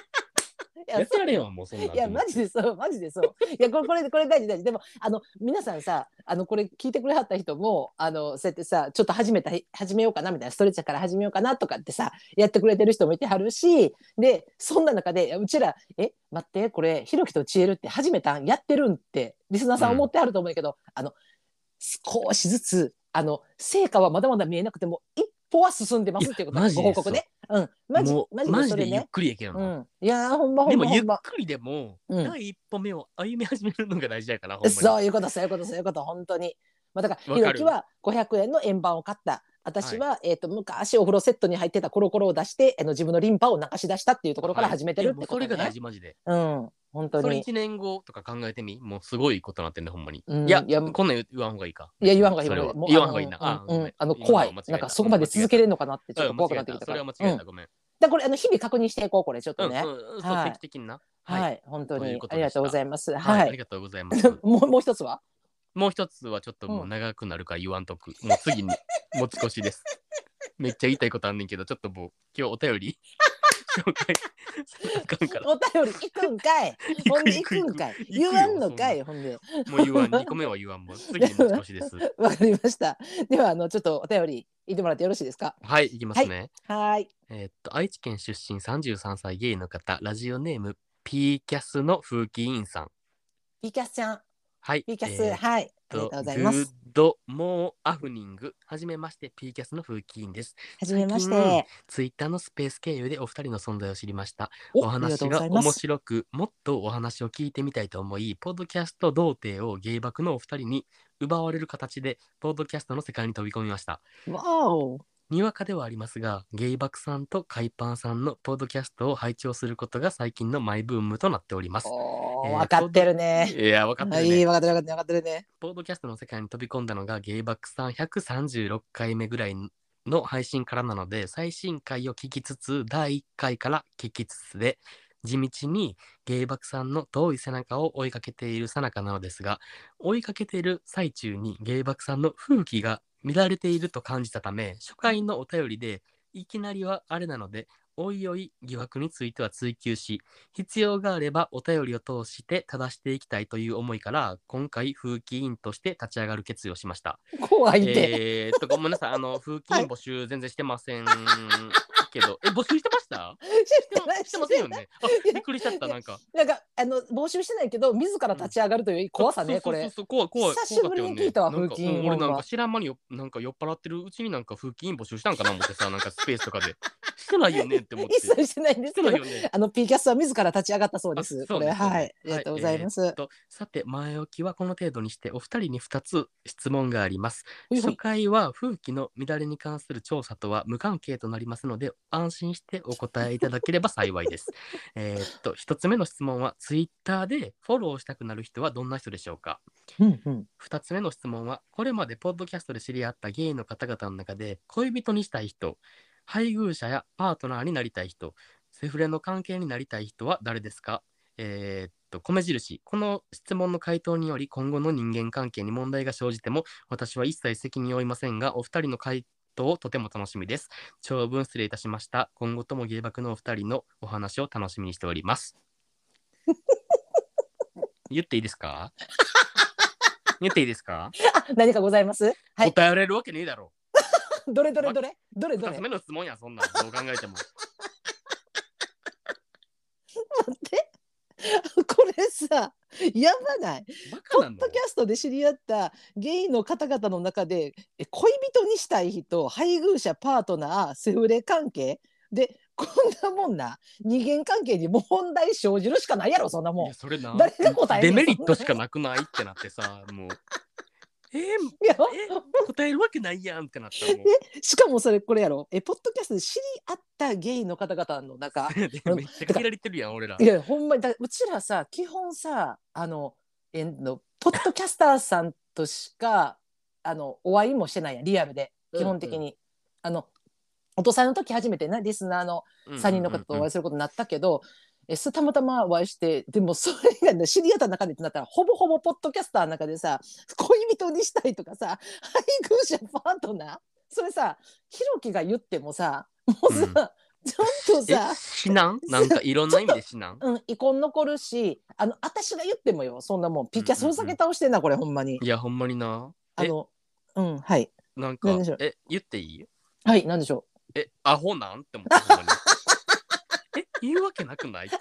Speaker 1: やってられんわもうそんなん
Speaker 2: いやマジでそうマジでそういやこれこれこれ大事大事でもあの皆さんさあのこれ聞いてくれはった人もあのそうやってさちょっと始めた始めようかなみたいなストレッチから始めようかなとかってさやってくれてる人もいてはるしでそんな中でいやうちら「え待ってこれひろきとちえるって始めたんやってるん」ってリスナーさん思ってはると思うんやけど、あの少しずつあの成果はまだまだ見えなくても一歩は進んでますっていうこと
Speaker 1: いやマジで
Speaker 2: ご報告ね。うん、マジ
Speaker 1: もう
Speaker 2: マジ
Speaker 1: マ
Speaker 2: で
Speaker 1: ジ
Speaker 2: そ
Speaker 1: で
Speaker 2: れ
Speaker 1: ゆっ
Speaker 2: ね。
Speaker 1: くりやけど
Speaker 2: う
Speaker 1: な、
Speaker 2: ん、いやーほんまほ
Speaker 1: で
Speaker 2: ん
Speaker 1: も
Speaker 2: まほ
Speaker 1: ゆっ
Speaker 2: んま。
Speaker 1: くりでも、
Speaker 2: うん
Speaker 1: 第一歩目を歩み始めるのが大事やからほんまに
Speaker 2: そういうことそういうことそういうこと本当に。まあ、だから
Speaker 1: わ
Speaker 2: ひ
Speaker 1: か
Speaker 2: ろ
Speaker 1: る
Speaker 2: きは500円の円盤を買った私は、えー、と昔お風呂セットに入ってたコロコロを出してあの自分のリンパを流し出したっていうところから始めてるってこと
Speaker 1: はいいやもうそれが
Speaker 2: ね、
Speaker 1: 大事マジで
Speaker 2: うん本当
Speaker 1: それ
Speaker 2: に
Speaker 1: 1年後とか考えてみもうすごいことなってんねほんまに、
Speaker 2: うん
Speaker 1: いや
Speaker 2: いや
Speaker 1: こんなん言言わんほうがいいか
Speaker 2: いや言わんがいい
Speaker 1: それは
Speaker 2: もう
Speaker 1: 言わんほうがいいな
Speaker 2: あのうんうんあ
Speaker 1: ごめ
Speaker 2: の
Speaker 1: ん
Speaker 2: 怖
Speaker 1: 今の
Speaker 2: い
Speaker 1: は間違えた
Speaker 2: なんかそこまで続けれるのかなってちょっと怖くなってきた
Speaker 1: う
Speaker 2: か
Speaker 1: ん
Speaker 2: ら、
Speaker 1: 間違
Speaker 2: う
Speaker 1: えそれ
Speaker 2: ん、
Speaker 1: は間違えた、
Speaker 2: だ
Speaker 1: ごめん、
Speaker 2: からこれあの日々確認していこうこれちょっ
Speaker 1: う
Speaker 2: と
Speaker 1: ん
Speaker 2: ね、
Speaker 1: うんうんそう
Speaker 2: はい
Speaker 1: 定期的にな
Speaker 2: はい、
Speaker 1: はい
Speaker 2: 本当
Speaker 1: とい
Speaker 2: に
Speaker 1: うこと
Speaker 2: あ
Speaker 1: でし
Speaker 2: り
Speaker 1: た
Speaker 2: がとうございます
Speaker 1: はい、
Speaker 2: は
Speaker 1: あり
Speaker 2: い、
Speaker 1: がとうございます
Speaker 2: もうもう一つは
Speaker 1: もう一つはちょっともう長くなるから言わんとく、もう次に持ち越しです めっちゃ言いたいことあんねんけどちょっともう今日お便り 紹介 せなあかんから
Speaker 2: お便り行くん かいほんで行くんかい言わんのか
Speaker 1: 行
Speaker 2: いほんで
Speaker 1: もう言わん、2個目は言わんもん。次に持ち越しです。
Speaker 2: わかりました。では、あの、ちょっとお便り、言ってもらってよろしいですか。
Speaker 1: はい、いきますね。
Speaker 2: はーい。
Speaker 1: えーっと、愛知県出身33歳ゲイの方、ラジオネーム、P キャスの風紀委員さん。
Speaker 2: ピーキャスちゃん、
Speaker 1: はい。
Speaker 2: ピーキャス、
Speaker 1: えーっ
Speaker 2: はい。あり
Speaker 1: と
Speaker 2: がとうご
Speaker 1: グ
Speaker 2: ざいま
Speaker 1: ッ
Speaker 2: す。
Speaker 1: ドモーアフニング。はじめまして、P キャスの風紀委員です。
Speaker 2: はじめまし
Speaker 1: 最
Speaker 2: て。
Speaker 1: ツイッターのスペース経由でお二人の存在を知りました。
Speaker 2: お
Speaker 1: お
Speaker 2: ありがと
Speaker 1: 話
Speaker 2: うご
Speaker 1: が
Speaker 2: ざいま
Speaker 1: 面
Speaker 2: す。
Speaker 1: 白く、もっとお話を聞いてみたいと思い、ポッドキャスト童貞をゲイバクのお二人に奪われる形で、ポッドキャストの世界に飛び込みました。
Speaker 2: わお。
Speaker 1: にわかではありますが、ゲイバクさんとカイパンさんのポッドキャストを拝聴することが最近のマイブームとなっております。
Speaker 2: お
Speaker 1: え
Speaker 2: ー
Speaker 1: ー
Speaker 2: わかってるね。
Speaker 1: いや、分かって
Speaker 2: は
Speaker 1: るね
Speaker 2: い、。わかってる、わかってる、わかってるね。
Speaker 1: ポッドキャストの世界に飛び込んだのがゲイバックさん136回目ぐらいの配信からなので最新回を聞きつつ第1回から聞きつつで地道にゲイバックさんの遠い背中を追いかけている最中なのですが追いかけている最中にゲイバックさんの風紀が乱れていると感じたため初回のお便りでいきなりはあれなのでおいおい疑惑については追及し必要があればお便りを通して正していきたいという思いから今回風紀委員として立ち上がる決意をしました。
Speaker 2: 怖いって。
Speaker 1: えー、っとごめんなさいあの風紀委員募集全然してま せんけど、え募集してましたしてましてませんよねあびっくりしちゃったなんか
Speaker 2: なんか、あの、募集してないけど、自ら立ち上がるという 怖さ
Speaker 1: あ
Speaker 2: ね、
Speaker 1: そ
Speaker 2: こ
Speaker 1: う
Speaker 2: れ。
Speaker 1: そうそうそう怖い怖い
Speaker 2: 久しぶりに聞いたわ
Speaker 1: 怖かっよね
Speaker 2: 風紀委員
Speaker 1: なんかうん俺
Speaker 2: ほん
Speaker 1: なん
Speaker 2: ま
Speaker 1: か知らん間によなんか酔っ払ってるうちになんか風紀委員募集したんかな思ってさなんかスペースとかで してないよねって 思って
Speaker 2: 一切してないんです
Speaker 1: して
Speaker 2: け
Speaker 1: な
Speaker 2: ど
Speaker 1: いよ。ね
Speaker 2: あの、ピーキャスは自ら立ち上がったそうで
Speaker 1: あ
Speaker 2: す。
Speaker 1: そう
Speaker 2: こ
Speaker 1: ね
Speaker 2: れ、
Speaker 1: そうね
Speaker 2: はい。ありがとうございます。
Speaker 1: えーっとさて前置きはこの程度にしてお二人に2つ質問があります
Speaker 2: ほいほ
Speaker 1: 初
Speaker 2: い
Speaker 1: 回は風紀の乱れに関する調査とは無関係となりますので安心してお答えいただければ幸いですえーっと1つ目の質問はツイッターでフォローしたくなる人はどんな人でしょうか
Speaker 2: うんうん。
Speaker 1: 2つ目の質問はこれまでポッドキャストで知り合ったゲイの方々の中で恋人にしたい人配偶者やパートナーになりたい人セフレの関係になりたい人は誰ですかえーっと米印この質問の回答により今後の人間関係に問題が生じても私は一切責任を負いませんがお二人の回答をとても楽しみです長文失礼いたしました今後とも芸爆のお二人のお話を楽しみにしております言っていいですか言っていいですか
Speaker 2: あ、何かございます。はい。
Speaker 1: 答えられるわけねえだろ。
Speaker 2: どれどれどれ。どれど
Speaker 1: 二
Speaker 2: れ
Speaker 1: つ。目の質問や、そんなん。どう考えて も。
Speaker 2: これさやばない
Speaker 1: バカ
Speaker 2: ポ
Speaker 1: な
Speaker 2: ッ
Speaker 1: の
Speaker 2: ドキャストで知り合ったゲイの方々の中でえ恋人にしたい人配偶者パートナーセフレ関係でこんなもんな人間関係に問題生じるしかないやろそんなもん
Speaker 1: いやそれな
Speaker 2: 誰が答え
Speaker 1: デ
Speaker 2: んね
Speaker 1: メ
Speaker 2: ん
Speaker 1: リットしかなくないってなってさもう えー、
Speaker 2: いや
Speaker 1: え答えるわけないやんってなった もう
Speaker 2: しかもそれこれやろえポッドキャストで知り合ったゲイの方々の中
Speaker 1: めっちゃ限られてるやん俺ら
Speaker 2: いやほんまにだうちらさ基本さあのえんのポッドキャスターさんとしかあのお会いもしてないやんリアルで基本的に、
Speaker 1: うん
Speaker 2: あのお父さんの時初めてなリスナーの3人の方とお会い
Speaker 1: す
Speaker 2: することになったけど、えそうたまたまお会いしてでもそれが、ね、知り合った中でってなったらほぼほぼポッドキャスターの中でさ恋人にしたいとかさ配偶者パートナーそれさひろきが言ってもさもうさ、
Speaker 1: うん
Speaker 2: ちょっとさ
Speaker 1: え死なんなんかいろんな意味で死なん
Speaker 2: うん、遺恨残るしあの私が言ってもよそんなもんピーキャ
Speaker 1: うんうんう
Speaker 2: そ
Speaker 1: ん
Speaker 2: うさげ倒してんなこれほんまに
Speaker 1: いやほんまにな
Speaker 2: あのうんはい
Speaker 1: なんか
Speaker 2: 何でしょう
Speaker 1: え言っていい
Speaker 2: はいなんでしょ
Speaker 1: えアホなんって思ったほんまに え言うわけなくないって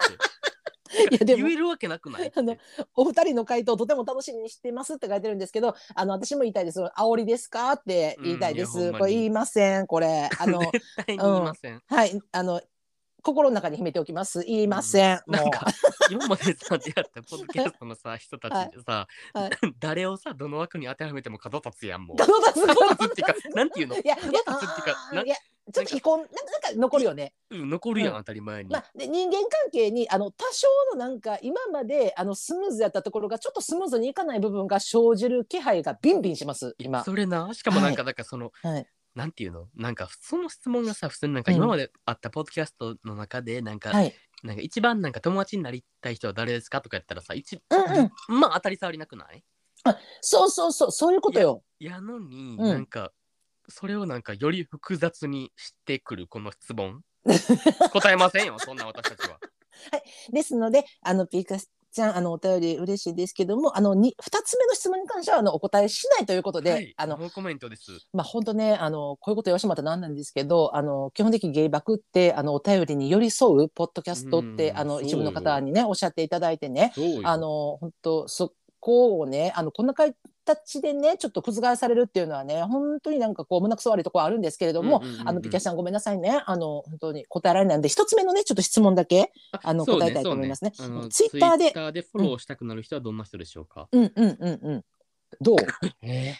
Speaker 2: ういやでも
Speaker 1: 言えるわけなくないって
Speaker 2: あのお二人の回答とても楽しみにしてますって書いてるんですけどあの私も言いたいです煽りですかって言いたいです、
Speaker 1: うんいやほんまに
Speaker 2: これ言いませんこれ あの
Speaker 1: 絶対に言いません、
Speaker 2: はいあの心の中に秘めておきます言いません、
Speaker 1: な
Speaker 2: も
Speaker 1: ん
Speaker 2: う
Speaker 1: か今までさ出会ったポッドキャストのさ人たちでさ、
Speaker 2: はいはい
Speaker 1: 誰をさどの枠に当てはめても角立つやんもう
Speaker 2: 角立 つ
Speaker 1: 角
Speaker 2: 角
Speaker 1: 立つっていうかなんていうの
Speaker 2: いやいや
Speaker 1: 角立つっていうか
Speaker 2: あ
Speaker 1: な
Speaker 2: ーいやちょっと遺恨なんかなんか残るよね
Speaker 1: うん残るやん、
Speaker 2: うん
Speaker 1: 当たり前に、
Speaker 2: まあ、で人間関係にあの多少のなんか今まであのスムーズやったところがちょっとスムーズにいかない部分が生じる気配がビンビンします今。
Speaker 1: それなしかもなんかだからその、
Speaker 2: はい
Speaker 1: なんていうのなんかその質問がさ普通になんか
Speaker 2: うん
Speaker 1: 今まであったポッドキャストの中でなんか、
Speaker 2: はい、
Speaker 1: なんか一番なんか友達になりたい人は誰ですかとかやったらさ一、
Speaker 2: うんうん、
Speaker 1: まあ当たり障りなくない
Speaker 2: そうそうそうそういうことよ。
Speaker 1: やのに、
Speaker 2: うん
Speaker 1: なんかそれをなんかより複雑にしてくるこの質 問答えませんよそんな私たちは。
Speaker 2: ですのであのピーカスちゃんあのお便り嬉しいですけどもあの 2, 二つ目の質問に関してはあのお答えしないということで、
Speaker 1: はい、
Speaker 2: あの
Speaker 1: ノーコメントです。
Speaker 2: まあ本当ねあのこういうこと言わしてもらったらなんなんですけどあの基本的にゲイバクってあのお便りに寄り添うポッドキャストって
Speaker 1: うん
Speaker 2: あの
Speaker 1: そうよ
Speaker 2: 一部の方にねおっしゃっていただいてね
Speaker 1: そうよ
Speaker 2: あの本当そこをねあのこんな形でねちょっと覆されるっていうのはね本当になんかこう胸くそ悪いところあるんですけれど
Speaker 1: う
Speaker 2: も、
Speaker 1: んうんうんうん
Speaker 2: あのピキャさんごめんなさいねあの本当に答えられないんで一つ目のねちょっと質問だけあの答えたいと思いますね
Speaker 1: そうあの
Speaker 2: ツイッターで
Speaker 1: ツイッターでフォローしたくなる人はどんな人でしょうか、
Speaker 2: うんうんうんうんどうだか
Speaker 1: え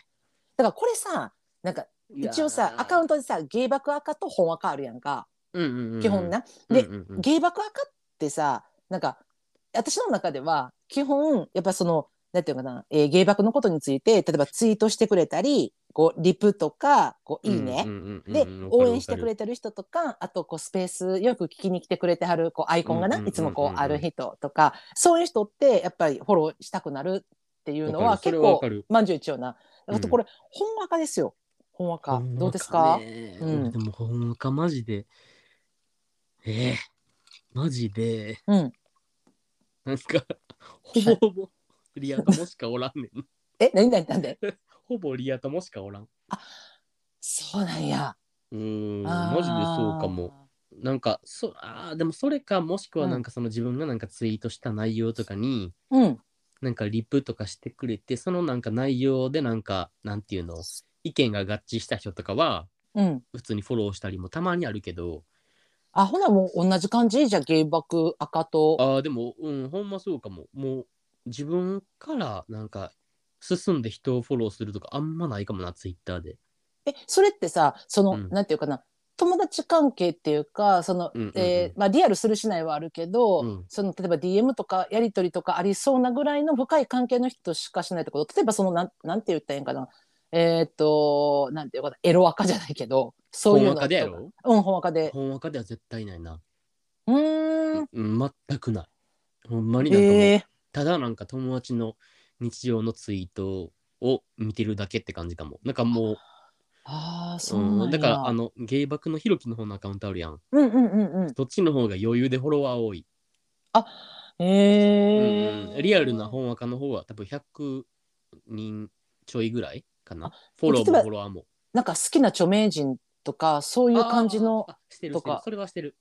Speaker 2: らこれさなんか一応さアカウントでさゲイバク赤と本赤あるやんか
Speaker 1: ト、うんうんうん、
Speaker 2: 基本な、で
Speaker 1: うんうんうん
Speaker 2: ゲイバク赤ってさなんか私の中では基本やっぱそのなんていうのかな、えー、ゲイバクのことについて例えばツイートしてくれたりこうリプとかこういいね、
Speaker 1: うんうんうん
Speaker 2: で、
Speaker 1: うん
Speaker 2: 応援してく
Speaker 1: わかるわかる
Speaker 2: れてる人とかあとこうスペースよく聞きに来てくれてはるこうアイコンがな、
Speaker 1: うんうんうんうん
Speaker 2: いつもこうある人とかそういう人ってやっぱりフォローしたくなるっていうの
Speaker 1: わ
Speaker 2: は
Speaker 1: かるそれ
Speaker 2: 結
Speaker 1: はわ
Speaker 2: 構
Speaker 1: かる
Speaker 2: まんじゅう一応な
Speaker 1: うん
Speaker 2: あとこれ、本赤ですよ本赤
Speaker 1: ほんま
Speaker 2: どうですか
Speaker 1: ね
Speaker 2: うん
Speaker 1: でもほんまかマジでええマジで
Speaker 2: うん
Speaker 1: なんかほぼほぼリア友しかおらんねん
Speaker 2: え何何なんで
Speaker 1: ほぼリア友しかおらん
Speaker 2: そうなんや
Speaker 1: うーん
Speaker 2: あ
Speaker 1: マジ
Speaker 2: ー
Speaker 1: でそうかもなんかそあーでもそれかもしくはなんかその自分がなんかツイートした内容とかに、
Speaker 2: うん
Speaker 1: なんかリプとかしてくれてそのなんか内容でなんかなんていうの意見が合致した人とかは
Speaker 2: うん。
Speaker 1: 普通にフォローしたりもたまにあるけど
Speaker 2: あ、ほなもう同じ感じじゃあ、芸爆赤と。
Speaker 1: ああでもうんほんまそうかももう自分からなんか進んで人をフォローするとかあんまないかもなツイッターで
Speaker 2: え、それってさ、その、
Speaker 1: うん
Speaker 2: なんていうかな、友達関係っていうか、その、
Speaker 1: うんうんうん
Speaker 2: えーまあ、リアルするしないはあるけど、
Speaker 1: うん
Speaker 2: その、例えば DM とかやり取りとかありそうなぐらいの深い関係の人としかしないってこと。例えばその、なん、なんて言ったらいいんかな。えっ、と、なんていうかな、エロ赤じゃないけど、そういう
Speaker 1: 本
Speaker 2: の。
Speaker 1: 赤でやろ
Speaker 2: うん、本赤で。
Speaker 1: 本赤では絶対ないな、
Speaker 2: うーん。
Speaker 1: うん、全くないほんまになんかもう、
Speaker 2: えー、
Speaker 1: ただなんか友達の日常のツイートを見てるだけって感じかもなんかも
Speaker 2: ああ、
Speaker 1: う、
Speaker 2: そう
Speaker 1: う
Speaker 2: なん
Speaker 1: ん、
Speaker 2: や。
Speaker 1: だからあの芸爆のひろきの方のアカウントあるやん
Speaker 2: うんうんうんうん。
Speaker 1: そっちの方が余裕でフォロワー多い、うん
Speaker 2: えー
Speaker 1: うんリアルな本赤の方は多分100人ちょいぐらいかなフォロー
Speaker 2: 例え
Speaker 1: も
Speaker 2: ば
Speaker 1: フォロワーも
Speaker 2: なんか好きな著名人とかそういう感じの
Speaker 1: あーあしてる
Speaker 2: と
Speaker 1: して
Speaker 2: か
Speaker 1: るそれはしてる、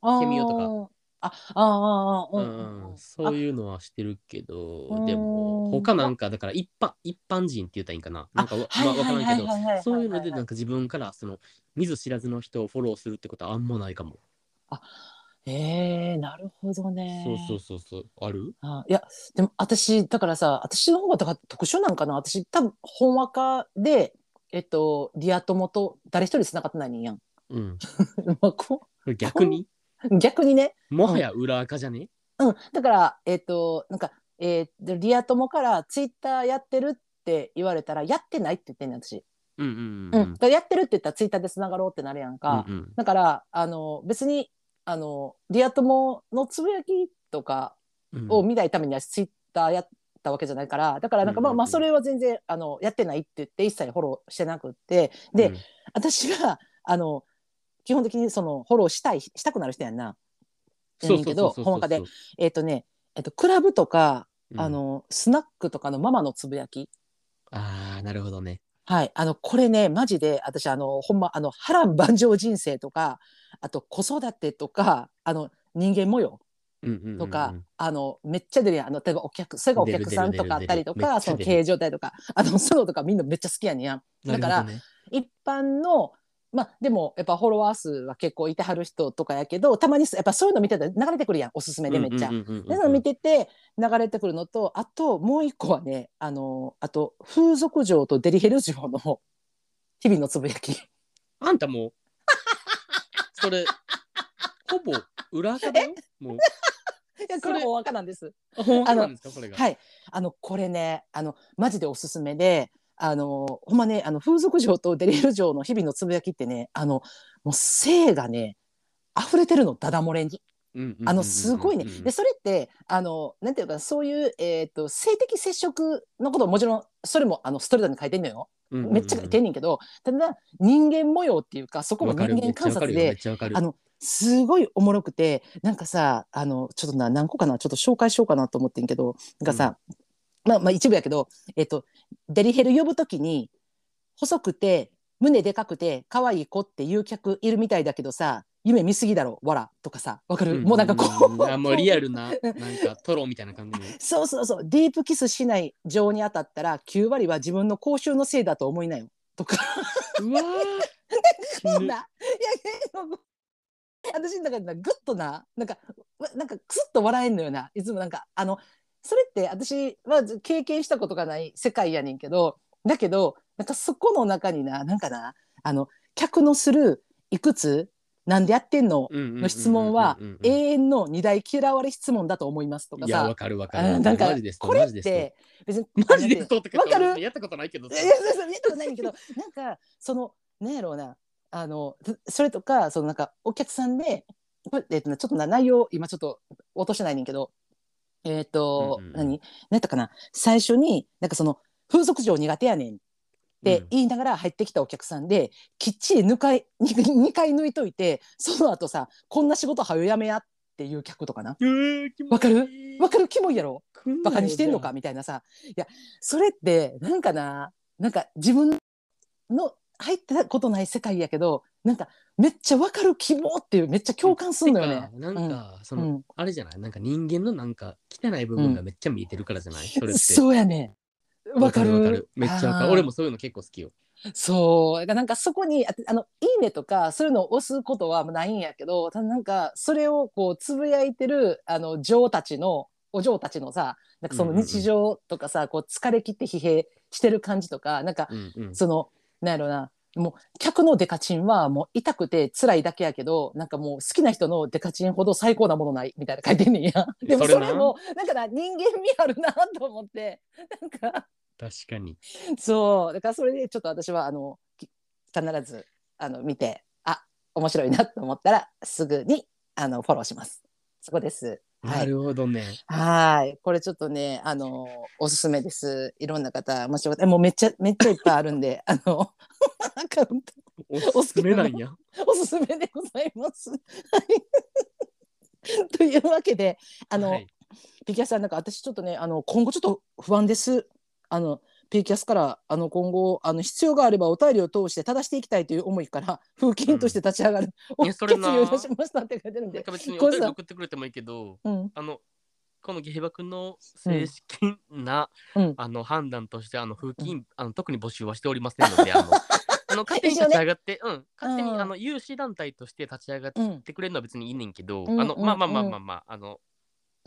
Speaker 2: あ
Speaker 1: ケミオと
Speaker 2: かあああー
Speaker 1: う
Speaker 2: あーうんんうんうん
Speaker 1: そういうのはしてるけど
Speaker 2: あ
Speaker 1: で
Speaker 2: うー
Speaker 1: も
Speaker 2: ん
Speaker 1: 他なんかだから一般一般人って言ったらいいんかななんかわ、
Speaker 2: はい
Speaker 1: まあ、わからんけど、
Speaker 2: はいはいはいはいはいはい
Speaker 1: そういうのでなんか自分からその見ず知らずの人をフォローするってことはあんまないかも
Speaker 2: えー、なるほどね。
Speaker 1: そうそうそうそうある
Speaker 2: あいやでも私だからさ私の方がだから特殊なんかな私多分本話家でえっとリア友と誰一人繋がってない人やん。
Speaker 1: うん
Speaker 2: まあこ
Speaker 1: これ逆に
Speaker 2: う逆にね、
Speaker 1: もはや裏垢じゃね
Speaker 2: うん、だからえっとなんか、えー、リア友からツイッターやってるって言われたらやってないって言ってんねん私。
Speaker 1: うんうん
Speaker 2: うん、だからやってるって言ったらツイッターで繋がろうってなるやんか。
Speaker 1: うんうん
Speaker 2: だからあの別にあのリア友のつぶやきとか
Speaker 1: うん
Speaker 2: を見ないためにはツイッターやったわけじゃないからだからなんかまあ
Speaker 1: うんうんうん
Speaker 2: まあそれは全然あのやってないって言って一切フォローしてなくってで、
Speaker 1: うん
Speaker 2: 私があの基本的にそのフォローしたいしたくなる人やんな。
Speaker 1: そう
Speaker 2: やねん
Speaker 1: そう
Speaker 2: け
Speaker 1: そ
Speaker 2: ど
Speaker 1: うそう
Speaker 2: ほんまかで、えっ、とね、えっとクラブとか、
Speaker 1: うん
Speaker 2: あのスナックとかのママのつぶやき
Speaker 1: ああなるほどね
Speaker 2: はい、あのこれねマジで私あのほんまあの波乱万丈人生とかあと子育てとかあの人間模様
Speaker 1: うんうんうんうん
Speaker 2: とか、あのめっちゃ出るやんあの例えばお客それがお客さん
Speaker 1: 出る出る出
Speaker 2: と
Speaker 1: る
Speaker 2: かあったりと
Speaker 1: めっちゃ出
Speaker 2: か
Speaker 1: る
Speaker 2: その経営状態とかあのそういうのとかみんなめっちゃ好きやねんやん。だから
Speaker 1: なるほどね
Speaker 2: 一般のまあでもやっぱフォロワー数は結構いてはる人とかやけどたまにやっぱそういうの見てたら流れてくるやんおすすめでめっちゃ。
Speaker 1: うんうんうんうんうん
Speaker 2: でその見てて流れてくるのとあともう一個はねあのあと風俗嬢とデリヘル嬢の日々のつぶや き
Speaker 1: あんたもうそ れほぼ裏垢だよもう
Speaker 2: いやこれもお若なんです
Speaker 1: あ本当なんですかこれが
Speaker 2: はいあのこれねあのマジでおすすめであのほんまねあの風俗嬢とデリヘル嬢の日々のつぶやきってねあのもう性がね溢れてるのダダ漏れに
Speaker 1: うんうんうんうんうん
Speaker 2: あのすごいね。で
Speaker 1: う
Speaker 2: それってあのなんていうかそういう、えー、と性的接触のことももちろんそれもあのストレートに書いてんのよ。
Speaker 1: んうんうん
Speaker 2: めっちゃ書いてんねんけどただ人間模様っていうかそこも
Speaker 1: わかる
Speaker 2: 人間観察
Speaker 1: めっ
Speaker 2: で
Speaker 1: ちゃわかる
Speaker 2: あ
Speaker 1: よ
Speaker 2: のすごいおもろくてなんかさあのちょっとな何個かなちょっと紹介しようかなと思ってんけどなんかさ、まあまあ一部やけど、えっとデリヘル呼ぶときに細くて胸でかくて可愛い子っていう客いるみたいだけどさ夢見すぎだろわらとかさわか
Speaker 1: めっちゃわかる
Speaker 2: る、もうなんかこ う,、
Speaker 1: あもうリアルななんかトロみたいな感じの
Speaker 2: そうそうそうディープキスしない情に当たったら9割は自分の口臭のせいだと思いなよとか
Speaker 1: う わー
Speaker 2: そ
Speaker 1: 死
Speaker 2: う
Speaker 1: ぬ
Speaker 2: だ。いや、でも私の中でな、ぐっとな、なんか、わなんか、くすっと笑えんのよな。いつもなんか、あの、それって私は経験したことがない世界やねんけど、だけど、なんかそこの中にな、なんかな、あの、客のする、いくつ、なんでやってんの、
Speaker 1: うんうんうんうんうん
Speaker 2: の質問は
Speaker 1: うんうんうん
Speaker 2: 永遠の二大嫌われ質問だと思いますとか
Speaker 1: いや
Speaker 2: さ
Speaker 1: わ、かるわか
Speaker 2: あ
Speaker 1: る
Speaker 2: なんか
Speaker 1: マジです、
Speaker 2: これ
Speaker 1: マジ
Speaker 2: っ
Speaker 1: です
Speaker 2: て、別に、
Speaker 1: マジですと
Speaker 2: わかる
Speaker 1: やったことないけど
Speaker 2: いやいやそうそう見たことないんやけど なんかそのなんやろうなあのそそれとかそのなんかお客さんでこれえっとねちょっとな内容今ちょっと落としてないねんけどえっ、と、
Speaker 1: うんうんうん
Speaker 2: 何何やったかな最初になんかその風俗嬢苦手やねんって言いながら入ってきたお客さんで、きっちり抜かい 2回抜いといてその後さこんな仕事はよやめやっていう客とかなわかるわかるキモいやろ
Speaker 1: る
Speaker 2: バカにしてんのかみたいなさいやそれってなんかななんか自分の入ってたことない世界やけどなんかめっちゃわかる希望っていうめっちゃ共感すんのよね。
Speaker 1: なんか、その、
Speaker 2: うん、
Speaker 1: あれじゃないなんか人間のなんか汚い部分がめっちゃ見えてるからじゃない、それって。
Speaker 2: そうやねわかる
Speaker 1: わかる。めっちゃわか
Speaker 2: あ
Speaker 1: る。
Speaker 2: ー
Speaker 1: 俺もそういうの結構好きよ。
Speaker 2: そうだからなんかそこにああの「いいね」とかそういうのを押すことはないんやけどただなんかそれをこうつぶやいてるあの女王たちのお嬢たちのさなんかその日常とかさ、こう疲れ切って疲弊してる感じとかなんか
Speaker 1: うんうん。
Speaker 2: そのなんやろなもう客のデカチンはもう痛くて辛いだけやけどなんかもう好きな人のデカチンほど最高なものないみたいな書いてんねんや でも
Speaker 1: それ
Speaker 2: そ
Speaker 1: な
Speaker 2: れもなんかな人間味あるなと思って なんか
Speaker 1: 確かに。
Speaker 2: そうだからそれでちょっと私はあのき必ずあの見てあ面白いなと思ったらすぐにあのフォローしますそこですは
Speaker 1: ないるほど ね。
Speaker 2: はいこれちょっとねあのおすすめですいろんな方もしよかったらもうめっちゃめっちゃいっぱいあるんであの アカウント
Speaker 1: おすすめなんや。
Speaker 2: おすすめでござい ます。はい。というわけで、あの、
Speaker 1: はい
Speaker 2: ピーキャスさんなんか私ちょっとね、あの今後ちょっと不安です。あのピーキャスからあの今後あの必要があればお便りを通して正していきたいという思いから風景として立ち上がる、
Speaker 1: うん
Speaker 2: お
Speaker 1: いやそ
Speaker 2: 決
Speaker 1: れ
Speaker 2: 意
Speaker 1: な
Speaker 2: をいたしましたって書いてるん
Speaker 1: なん
Speaker 2: で、
Speaker 1: か別に
Speaker 2: こ
Speaker 1: お
Speaker 2: うさ
Speaker 1: 便り送ってくれてもいいけど、
Speaker 2: うん、
Speaker 1: あの、このゲヘバ君の正式な、
Speaker 2: うん
Speaker 1: あの判断として、あの、風紀委員あの特に募集はしておりませんので、あの、あの勝手に
Speaker 3: 一緒ね
Speaker 1: 立ち上がって、うん勝手に、
Speaker 2: うん
Speaker 1: あの有志団体として立ち上がっ
Speaker 2: うん、
Speaker 1: てくれるのは別にいいねんけど、
Speaker 2: うん
Speaker 1: あの
Speaker 2: うん
Speaker 1: まあまあまあ
Speaker 2: うん
Speaker 1: まあまああの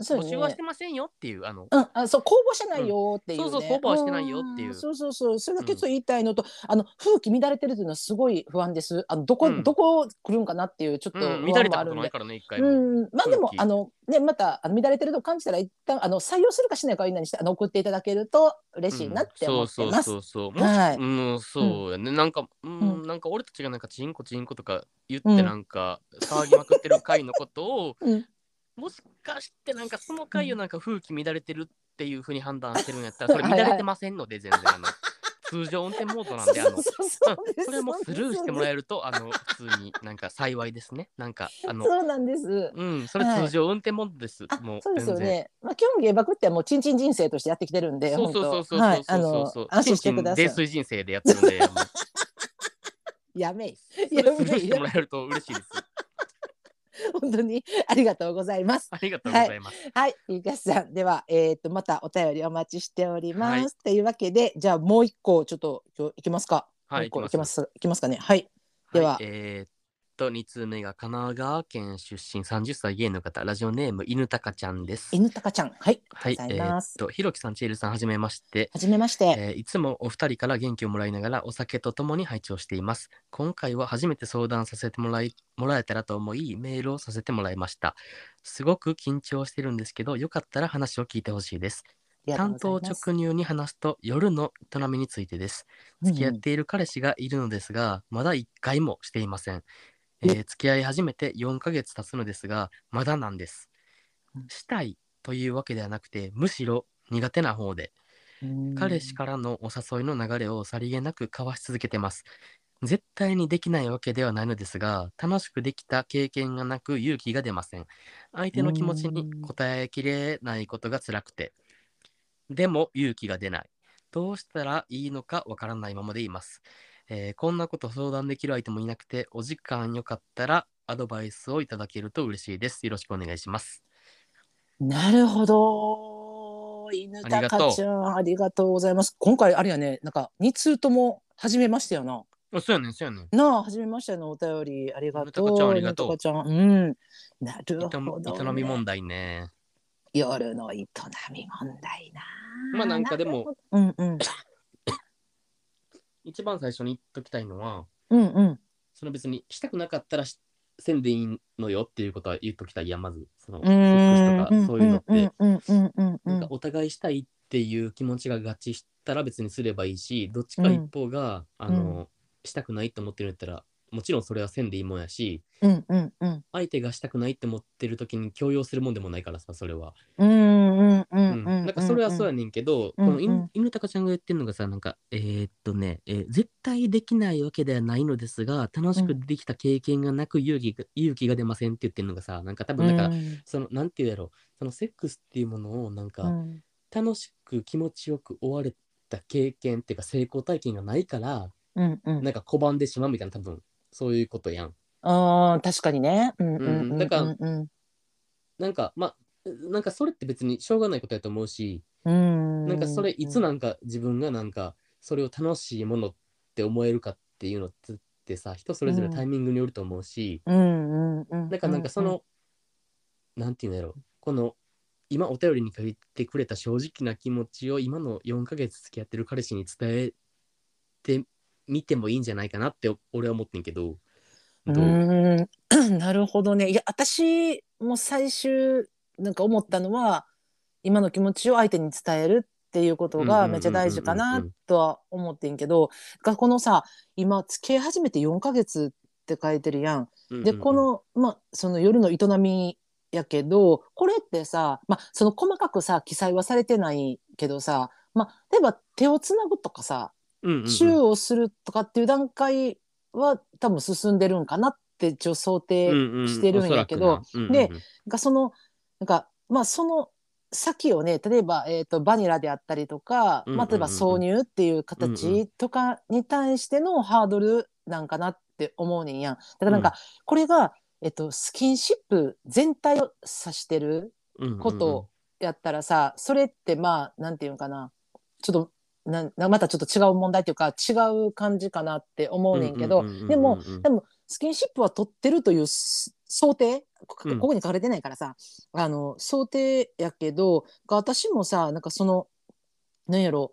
Speaker 2: そう
Speaker 1: 募
Speaker 2: よね
Speaker 1: 集はしてませんよっていうあの
Speaker 2: うん、あそう公募してないよっていう、ね
Speaker 1: うんそうそう公募はしてないよっていうん
Speaker 2: そうそうそうそれだけちょっと言いたいのと、あの風紀乱れてるというのはすごい不安ですあのどこ、
Speaker 1: うん
Speaker 2: どこ来るんかなっていうちょっと
Speaker 1: う
Speaker 2: 不安
Speaker 1: ん、乱れ
Speaker 2: も
Speaker 1: た
Speaker 2: あ
Speaker 1: こと
Speaker 2: るん
Speaker 1: な
Speaker 2: で
Speaker 1: いからね一回も、
Speaker 2: うん、まあでも
Speaker 1: 空気
Speaker 2: あのねまたあの乱れてると感じたら一旦あの採用するかしないかは何してあの送っていただけると嬉しいなって思ってます。
Speaker 1: うんそうそうそうそうもし
Speaker 2: はい
Speaker 1: うん、そうやね、なんか、うん
Speaker 2: う
Speaker 1: なんか俺たちがなんかチンコチンコとか言っ
Speaker 2: う
Speaker 1: て
Speaker 2: ん
Speaker 1: なんか騒ぎまくってる回のこと を、
Speaker 2: うん
Speaker 1: もしかしてなんかその回をなんか風紀乱れてるっていうふうに判断してるんやったらそれ乱れてませんので全然 あの通常運転モードなんであの。
Speaker 2: そ
Speaker 1: う
Speaker 2: う
Speaker 1: んそれもスルーしてもらえるとあの普通になんか幸いですねなんかあの
Speaker 2: そうなんです。
Speaker 1: うんそれ通常運転モードです、
Speaker 2: あ
Speaker 1: もう
Speaker 2: そうですよ
Speaker 1: 全然
Speaker 2: ね。まあ基本芸爆ってもうちんちん人生としてやってきてるんで、
Speaker 1: そう
Speaker 2: 本
Speaker 1: そうそうそ
Speaker 2: 当
Speaker 1: う
Speaker 2: はい
Speaker 1: そ
Speaker 2: あ
Speaker 1: うそう
Speaker 2: の
Speaker 1: そう
Speaker 2: 安心してくださ
Speaker 1: ちんちん泥酔
Speaker 2: い。
Speaker 1: 人生でやってるんでもう
Speaker 2: やめ い
Speaker 1: それ
Speaker 2: やめ
Speaker 1: スルーし
Speaker 2: い
Speaker 1: てもらえると嬉しい です。
Speaker 2: 本当にありがとうございます。
Speaker 1: ありがとうございます。
Speaker 2: はい、ゆかしさん、では、えっ、と、またお便りお待ちしております。というわけで、じゃあ、もう一個、ちょっと、今日、いきますか。
Speaker 1: はい、
Speaker 2: もう一個
Speaker 1: 行
Speaker 2: いきます。いきますかね。はい。
Speaker 1: はい
Speaker 2: では
Speaker 1: えーっと、2通目が神奈川県出身30歳芸の方、ラジオネーム犬たかちゃんです。
Speaker 2: 犬たかちゃん。はい。
Speaker 1: はい、え
Speaker 2: ありがとうござい
Speaker 1: ー
Speaker 2: ま
Speaker 1: っ
Speaker 2: す
Speaker 1: と、ひろきさん、ちえるさん、はじめまして。
Speaker 2: はじめまして。
Speaker 1: えーいつもお二人から元気をもらいながらお酒とともに拝聴しています。今回は初めて相談させてもらいもらえたらと思いメールをさせてもらいました。すごく緊張してるんですけどよかったら話を聞いてほしいです。担当直入に話すと夜の営みについてです。付き合っている彼氏がいるのですが、まだ1回もしていません、えー付き合い始めて4ヶ月経つのですがまだなんです
Speaker 2: うん
Speaker 1: したいというわけではなくてむしろ苦手な方で彼氏
Speaker 2: か。
Speaker 1: からのお誘いの流れをさりげなく交わし続けてます絶対にできないわけではないのですが楽しくできた経験がなく勇気が出ません相手の気持ちに応えきれないことが辛くてでも勇気が出ないどうしたらいいのかわからないままでいます、えーこんなこと相談できる相手もいなくてお時間よかったらアドバイスをいただけると嬉しいですよろしくお願いします
Speaker 2: なるほど。犬たかちゃん、ありがとうございます。今回、あれやね、なんか、二通とも、はじめましてよな。
Speaker 1: あそうやねんそうやねん
Speaker 2: なあ、はじめましてのお便り、ありがとう。
Speaker 1: 犬たかちゃんありがとう
Speaker 2: 犬たかちゃんうん。なる
Speaker 1: 営
Speaker 2: ほど、ね。
Speaker 1: み営み問題ね
Speaker 2: 夜の営み問題な。
Speaker 1: まあなんかでも。
Speaker 2: うんうん。
Speaker 1: 一番最初に言っときたいのは
Speaker 2: うんうん。
Speaker 1: その別にしたくなかったらしせんでいいのよっていうことは言っときたいやんまずそのセックスとかそういうのって、
Speaker 2: うんうんうんう
Speaker 1: なんんかお互いしたいっていう気持ちが合致したら別にすればいいしどっちか一方が、あのしたくないと思ってるんだったらもちろんそれはせんでいいもんやし
Speaker 2: うんうんうん
Speaker 1: 相手がしたくないって思ってる時に強要するもんでもないからさそれは、
Speaker 2: うんうんう
Speaker 1: うんん
Speaker 2: う
Speaker 1: な
Speaker 2: ん。
Speaker 1: んかそれはそうやねんけど、
Speaker 2: うん
Speaker 1: この
Speaker 2: うん
Speaker 1: 犬犬高ちゃんが言ってるのがさなんかえーっとね、えー絶対できないわけではないのですが楽しくできた経験がなく勇気が勇気が出ませんって言ってるのがさなんか多分なんか、
Speaker 2: うん
Speaker 1: そのなんて言うやろそのセックスっていうものをなんか、
Speaker 2: うん
Speaker 1: 楽しく気持ちよく終われた経験っていうか成功体験がないから
Speaker 2: うんうん
Speaker 1: なんか拒んでしまうみたいな多分そういうことやん。
Speaker 2: あー確かにね。うんうんうんうん。
Speaker 1: だから
Speaker 2: うん
Speaker 1: なんかまあなんかそれって別にしょうがないことやと思うし
Speaker 2: うん。
Speaker 1: なんかそれいつなんか自分がなんかそれを楽しいものって思えるかっていうのってさ人それぞれタイミングによると思うし、
Speaker 2: うんうんうん。
Speaker 1: なんかなんかその、なんていうんだろうこの今お便りに書いてくれた正直な気持ちを今の4ヶ月付き合ってる彼氏に伝えてみてもいいんじゃないかなって俺は思ってんけど
Speaker 2: う
Speaker 1: ど
Speaker 2: ん。
Speaker 1: う、
Speaker 2: うーん なるほどね。いや私も最終なんか思ったのは今の気持ちを相手に伝えるっていうことがめっちゃ大事か
Speaker 1: うんうんうん
Speaker 2: な
Speaker 1: うんうん
Speaker 2: とは思ってんけどがこのさ今付き合い始めて4ヶ月って書いてるやん。
Speaker 1: うんうんう
Speaker 2: で
Speaker 1: ん
Speaker 2: この、まあ、その夜の営みやけどこれってさ、まあ、その細かくさ記載はされてないけどさ、まあ、例えば手をつなぐとかさ
Speaker 1: うんうんうん
Speaker 2: チューをするとかっていう段階は多分進んでるんかなって一応想定
Speaker 1: うんうん
Speaker 2: してるんやけど、
Speaker 1: おそらくな
Speaker 2: でがそのなんかまあその先をね例えば、えー、とバニラであったりとか、
Speaker 1: うん
Speaker 2: まあ、例えば
Speaker 1: うんうん
Speaker 2: 挿入っていう
Speaker 1: うんう
Speaker 2: 形とかに対してのハードルなんかなって思うねんやん。だからなんかこれが、えっとスキンシップ全体を指してる
Speaker 1: うんうんうん
Speaker 2: ことやったらさそれってまあなんていうんかなちょっとななまたちょっと違う問題というか違う感じかなって思うねんけど、でもでもスキンシップは取ってるというす想定こ
Speaker 1: うん
Speaker 2: ここに書かれてないからさ、あの想定やけど私もさなんかそのなんやろ、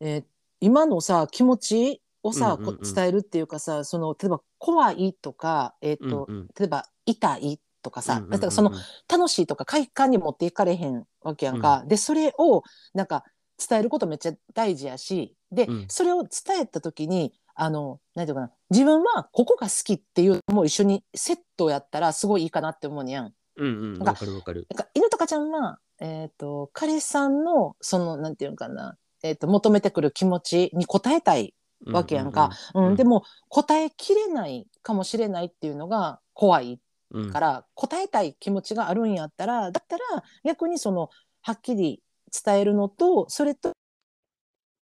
Speaker 2: えー今のさ気持ちをさ、
Speaker 1: うんうんうん
Speaker 2: こ伝えるっていうかさその例えば怖いとか、えーと
Speaker 1: うんうん
Speaker 2: 例えば痛いとかさ、
Speaker 1: うんうんうん
Speaker 2: だからその楽しいとか快感に持っていかれへんわけやんか、でそれをなんか伝えることめっちゃ大事やしで、
Speaker 1: うん
Speaker 2: それを伝えた時にあの何ていうかな自分はここが好きっていうのも一緒にセットやったらすごいいいかなって思うねやん。
Speaker 1: うんうんわかるわかる
Speaker 2: なんか犬とかちゃんは、えー、と彼さんのそのなんていうんかな、えー、と求めてくる気持ちに応えたい、わけやんかうん
Speaker 1: うん
Speaker 2: でも答えきれないかもしれないっていうのが怖い
Speaker 1: うん
Speaker 2: から、答えたい気持ちがあるんやったらだったら逆にそのはっきり伝えるのとそれと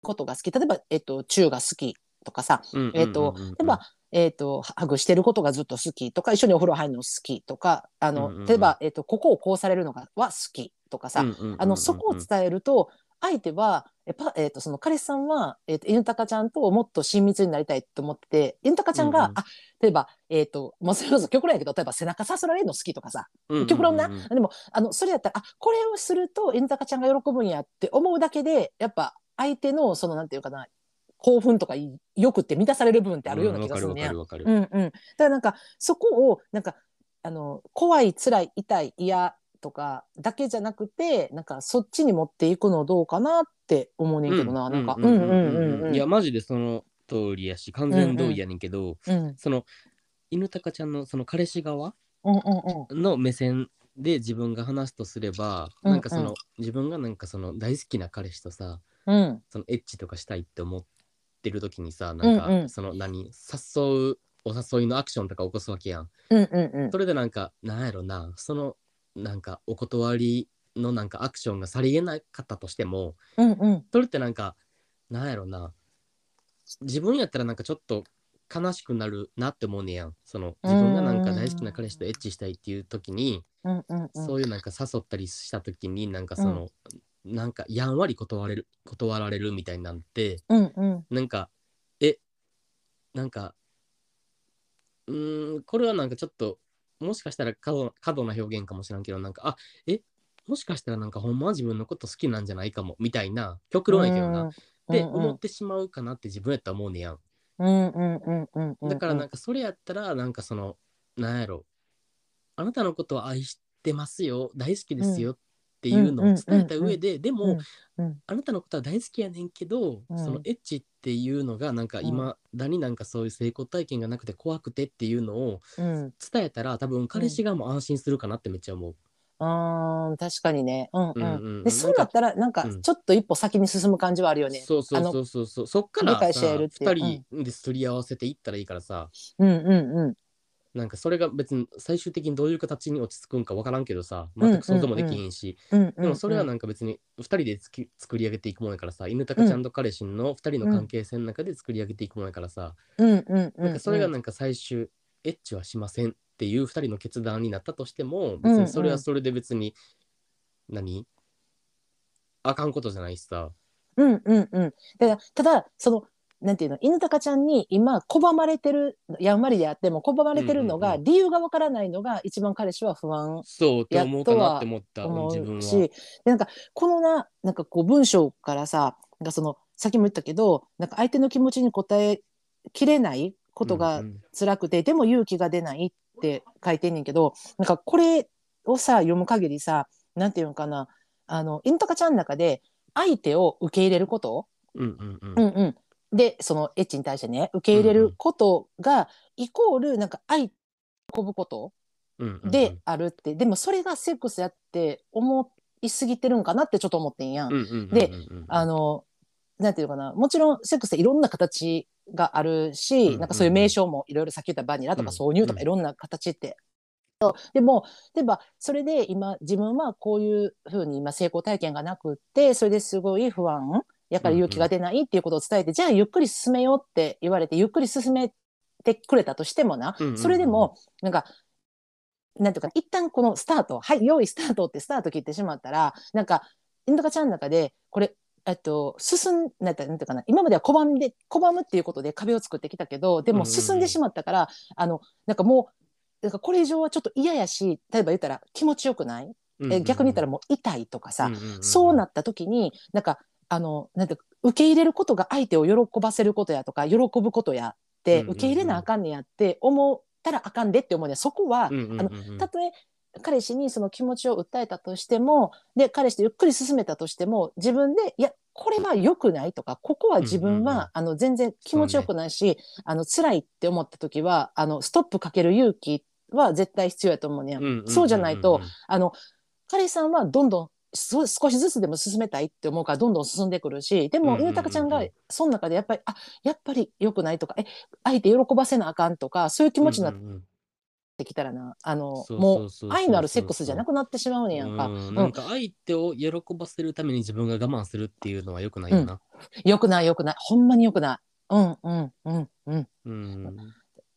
Speaker 2: ことが好き例えば、えっとチューが好きとかさ、
Speaker 1: うんうんうん
Speaker 2: えっと
Speaker 1: うんうんうん
Speaker 2: 例えば、えっとハグしてることがずっと好きとか一緒にお風呂入るの好きとかあの、
Speaker 1: うんうんうん
Speaker 2: 例えば、えっとここをこうされるのがは好きとかさ、
Speaker 1: うんうんうんうん
Speaker 2: あのそこを伝えると相手はえパ、えー、とその彼氏さんは、えー、と犬鷹ちゃんともっと親密になりたいと思ってて犬鷹ちゃんが、
Speaker 1: うんうん
Speaker 2: あ例えば、えーとまあ、それこそ極論やけど例えば背中さすられるの好きとかさ
Speaker 1: うんうんうん
Speaker 2: 極論な、
Speaker 1: うんうん
Speaker 2: でもあのそれやったらあこれをすると犬鷹ちゃんが喜ぶんやって思うだけでやっぱ相手のそのなんていうかな興奮とか欲って満たされる部分ってあるような気がするね。
Speaker 1: うんわかるわかる
Speaker 2: う
Speaker 1: わか
Speaker 2: んうん、だからなんかそこをなんかあの怖い辛い痛い嫌とかだけじゃなくてなんかそっちに持っていくのどうかなって思うねん
Speaker 1: る
Speaker 2: けどな、なんか
Speaker 1: う
Speaker 2: うんん
Speaker 1: う
Speaker 2: うん
Speaker 1: う
Speaker 2: ん
Speaker 1: ん
Speaker 2: うん
Speaker 1: う
Speaker 2: うんん
Speaker 1: いやマジでその通りやし完全同意やねんけど
Speaker 2: うんうん
Speaker 1: その犬鷹ちゃんのその彼氏側
Speaker 2: うんうん
Speaker 1: の目線で自分が話すとすれば、
Speaker 2: うんうん
Speaker 1: なんかその自分がなんかその大好きな彼氏とさ
Speaker 2: うん
Speaker 1: そのエッチとかしたいって思ってる時にさなんか、
Speaker 2: うんうん
Speaker 1: その何誘うお誘いのアクションとか起こすわけやん
Speaker 2: うんうんうん
Speaker 1: それでなんかなんやろなそのなんかお断りのなんかアクションがさりげなかったとしても
Speaker 2: うんうん
Speaker 1: それってなんかなんやろな自分やったらなんかちょっと悲しくなるなって思うねやんその自分がなんか大好きな彼氏とエッチしたいっていう時に、
Speaker 2: うんうんうん
Speaker 1: そういうなんか誘ったりした時になんかその、なんかやんわり断れる断られるみたいになって
Speaker 2: うんうん
Speaker 1: なんかえなんかうーんこれはなんかちょっともしかしたら過度過度な表現かもしらんけどなんかあえもしかしたらなんかほんまは自分のこと好きなんじゃないかもみたいな極論やけどなって思ってしまうかなって自分やったら思うねやん。
Speaker 2: うんうんうんうんうん
Speaker 1: だからなん
Speaker 2: か
Speaker 1: かそれやったらなんかそのなんやろあなたのことを愛してますよ大好きですよっていうのを伝えた上でで
Speaker 2: うん
Speaker 1: も
Speaker 2: うん
Speaker 1: あなたのことは大好きやねんけど
Speaker 2: うん
Speaker 1: そのエッチっていうのがなんかいまだになんかそういう成功体験がなくて怖くてっていうのを
Speaker 2: うん
Speaker 1: 伝えたら多分彼氏側も安心するかなってめっちゃ思う。
Speaker 2: あー確かにねうん
Speaker 1: うん
Speaker 2: うん、
Speaker 1: うん
Speaker 2: でそうなったらなんか
Speaker 1: うん
Speaker 2: ちょっと一歩先に進む感じはあるよね、
Speaker 1: そうそう
Speaker 2: あの
Speaker 1: そうそうそうそっから
Speaker 2: 理解し合
Speaker 1: さ
Speaker 2: えるっていう
Speaker 1: 2人ですり合わせていったらいいからさ
Speaker 2: うん、うんうん
Speaker 1: なんかそれが別に最終的にどういう形に落ち着くんか分からんけどさ全く想像もできへんし
Speaker 2: うんうん
Speaker 1: でもそれはなんか別に2人でつき作り上げていくものやからさ犬鷹ちゃんと彼氏の2人の関係性の中で作り上げていくものやからさ、
Speaker 2: うんうんうん
Speaker 1: なんかそれがなんか最終エッチはしませんっていう2人の決断になったとしても別にそれはそれで別に、何あかんことじゃないしさ、
Speaker 2: うんうんうん。ただ、ただ、その、なんていうの、犬鷹ちゃんに今、拒まれてる、やんまりであっても、拒まれてるの
Speaker 1: うん
Speaker 2: が、
Speaker 1: うん
Speaker 2: 理由がわからないのが、一番彼氏は不安
Speaker 1: そうって思うかなって思ったうん
Speaker 2: 思
Speaker 1: 自分
Speaker 2: うし、
Speaker 1: は
Speaker 2: で、なんか、このな、なんかこう、文章からさ、なんかその、さっきも言ったけど、なんか相手の気持ちに応えきれないことが
Speaker 1: うんうん
Speaker 2: 辛くて、でも勇気が出ないって書いてんねんけどなんかこれをさ読む限りさなんていうのかなあのインタカちゃんの中で相手を受け入れること、
Speaker 1: うんうんうん
Speaker 2: うんうん、でそのエッチに対してね受け入れることがイコールなんか相手を喜ぶこと
Speaker 1: うんうん
Speaker 2: であるって、でもそれがセックスやって思いすぎてるんかなってちょっと思ってんやん。
Speaker 1: うんうんうんうん
Speaker 2: であのなんていうのかなもちろんセックスっていろんな形があるし、
Speaker 1: うんうん
Speaker 2: なんかそういう名称もいろいろさっき言ったバニラとか
Speaker 1: うん
Speaker 2: 挿入とかいろんな形って、そうでも例えばそれで今自分はこういうふうに今成功体験がなくってそれですごい不安やから勇気が出ないっていうことを伝えて、じゃあゆっくり進めようって言われてゆっくり進めてくれたとしてもな、
Speaker 1: うんうんうん
Speaker 2: それでもなんかなんていうか一旦このスタートはい用意スタートってスタート切ってしまったらなんかインドカちゃんの中でこれえっと、進んなんてなんていうかな今までは拒んで拒むっていうことで壁を作ってきたけどで
Speaker 1: う
Speaker 2: も
Speaker 1: んうんうん
Speaker 2: 進んでしまったから、あのなんかもうなんかこれ以上はちょっと嫌やし例えば言ったら気持ちよくない、え逆に言ったらもう痛いとかさ、そうなった時になんかあのなんて受け入れることが相手を喜ばせることやとか喜ぶことやって、
Speaker 1: うんうんうん
Speaker 2: 受け入れなあかんねやって思ったらあかんでって思うねそこは、あのた
Speaker 1: の
Speaker 2: とえ彼氏にその気持ちを訴えたとしてもで彼氏とゆっくり進めたとしても自分でいやこれは良くないとかここは自分は、
Speaker 1: うんうんうん
Speaker 2: あの全然気持ちよくないし、あの辛いって思った時はあのストップかける勇気は絶対必要やと思うね、ん、そうじゃないとあの彼氏さんはどんどんそ少しずつでも進めたいって思うからどんどん進んでくるしで
Speaker 1: うん
Speaker 2: も
Speaker 1: うんうんうん
Speaker 2: ゆうたかちゃんがその中でやっぱりあやっぱり良くないとかえ相手喜ばせなあかんとかそういう気持ちになっ
Speaker 1: な
Speaker 2: てきたらな、あのもう愛のあるセックスじゃなくなってしまうねやんか。
Speaker 1: う
Speaker 2: うんん
Speaker 1: なんか相手を喜ばせるために自分が我慢するっていうのは良くないよな。
Speaker 2: よくないよくない。ほんまによくない。うんうんうんうん。だ
Speaker 1: うん。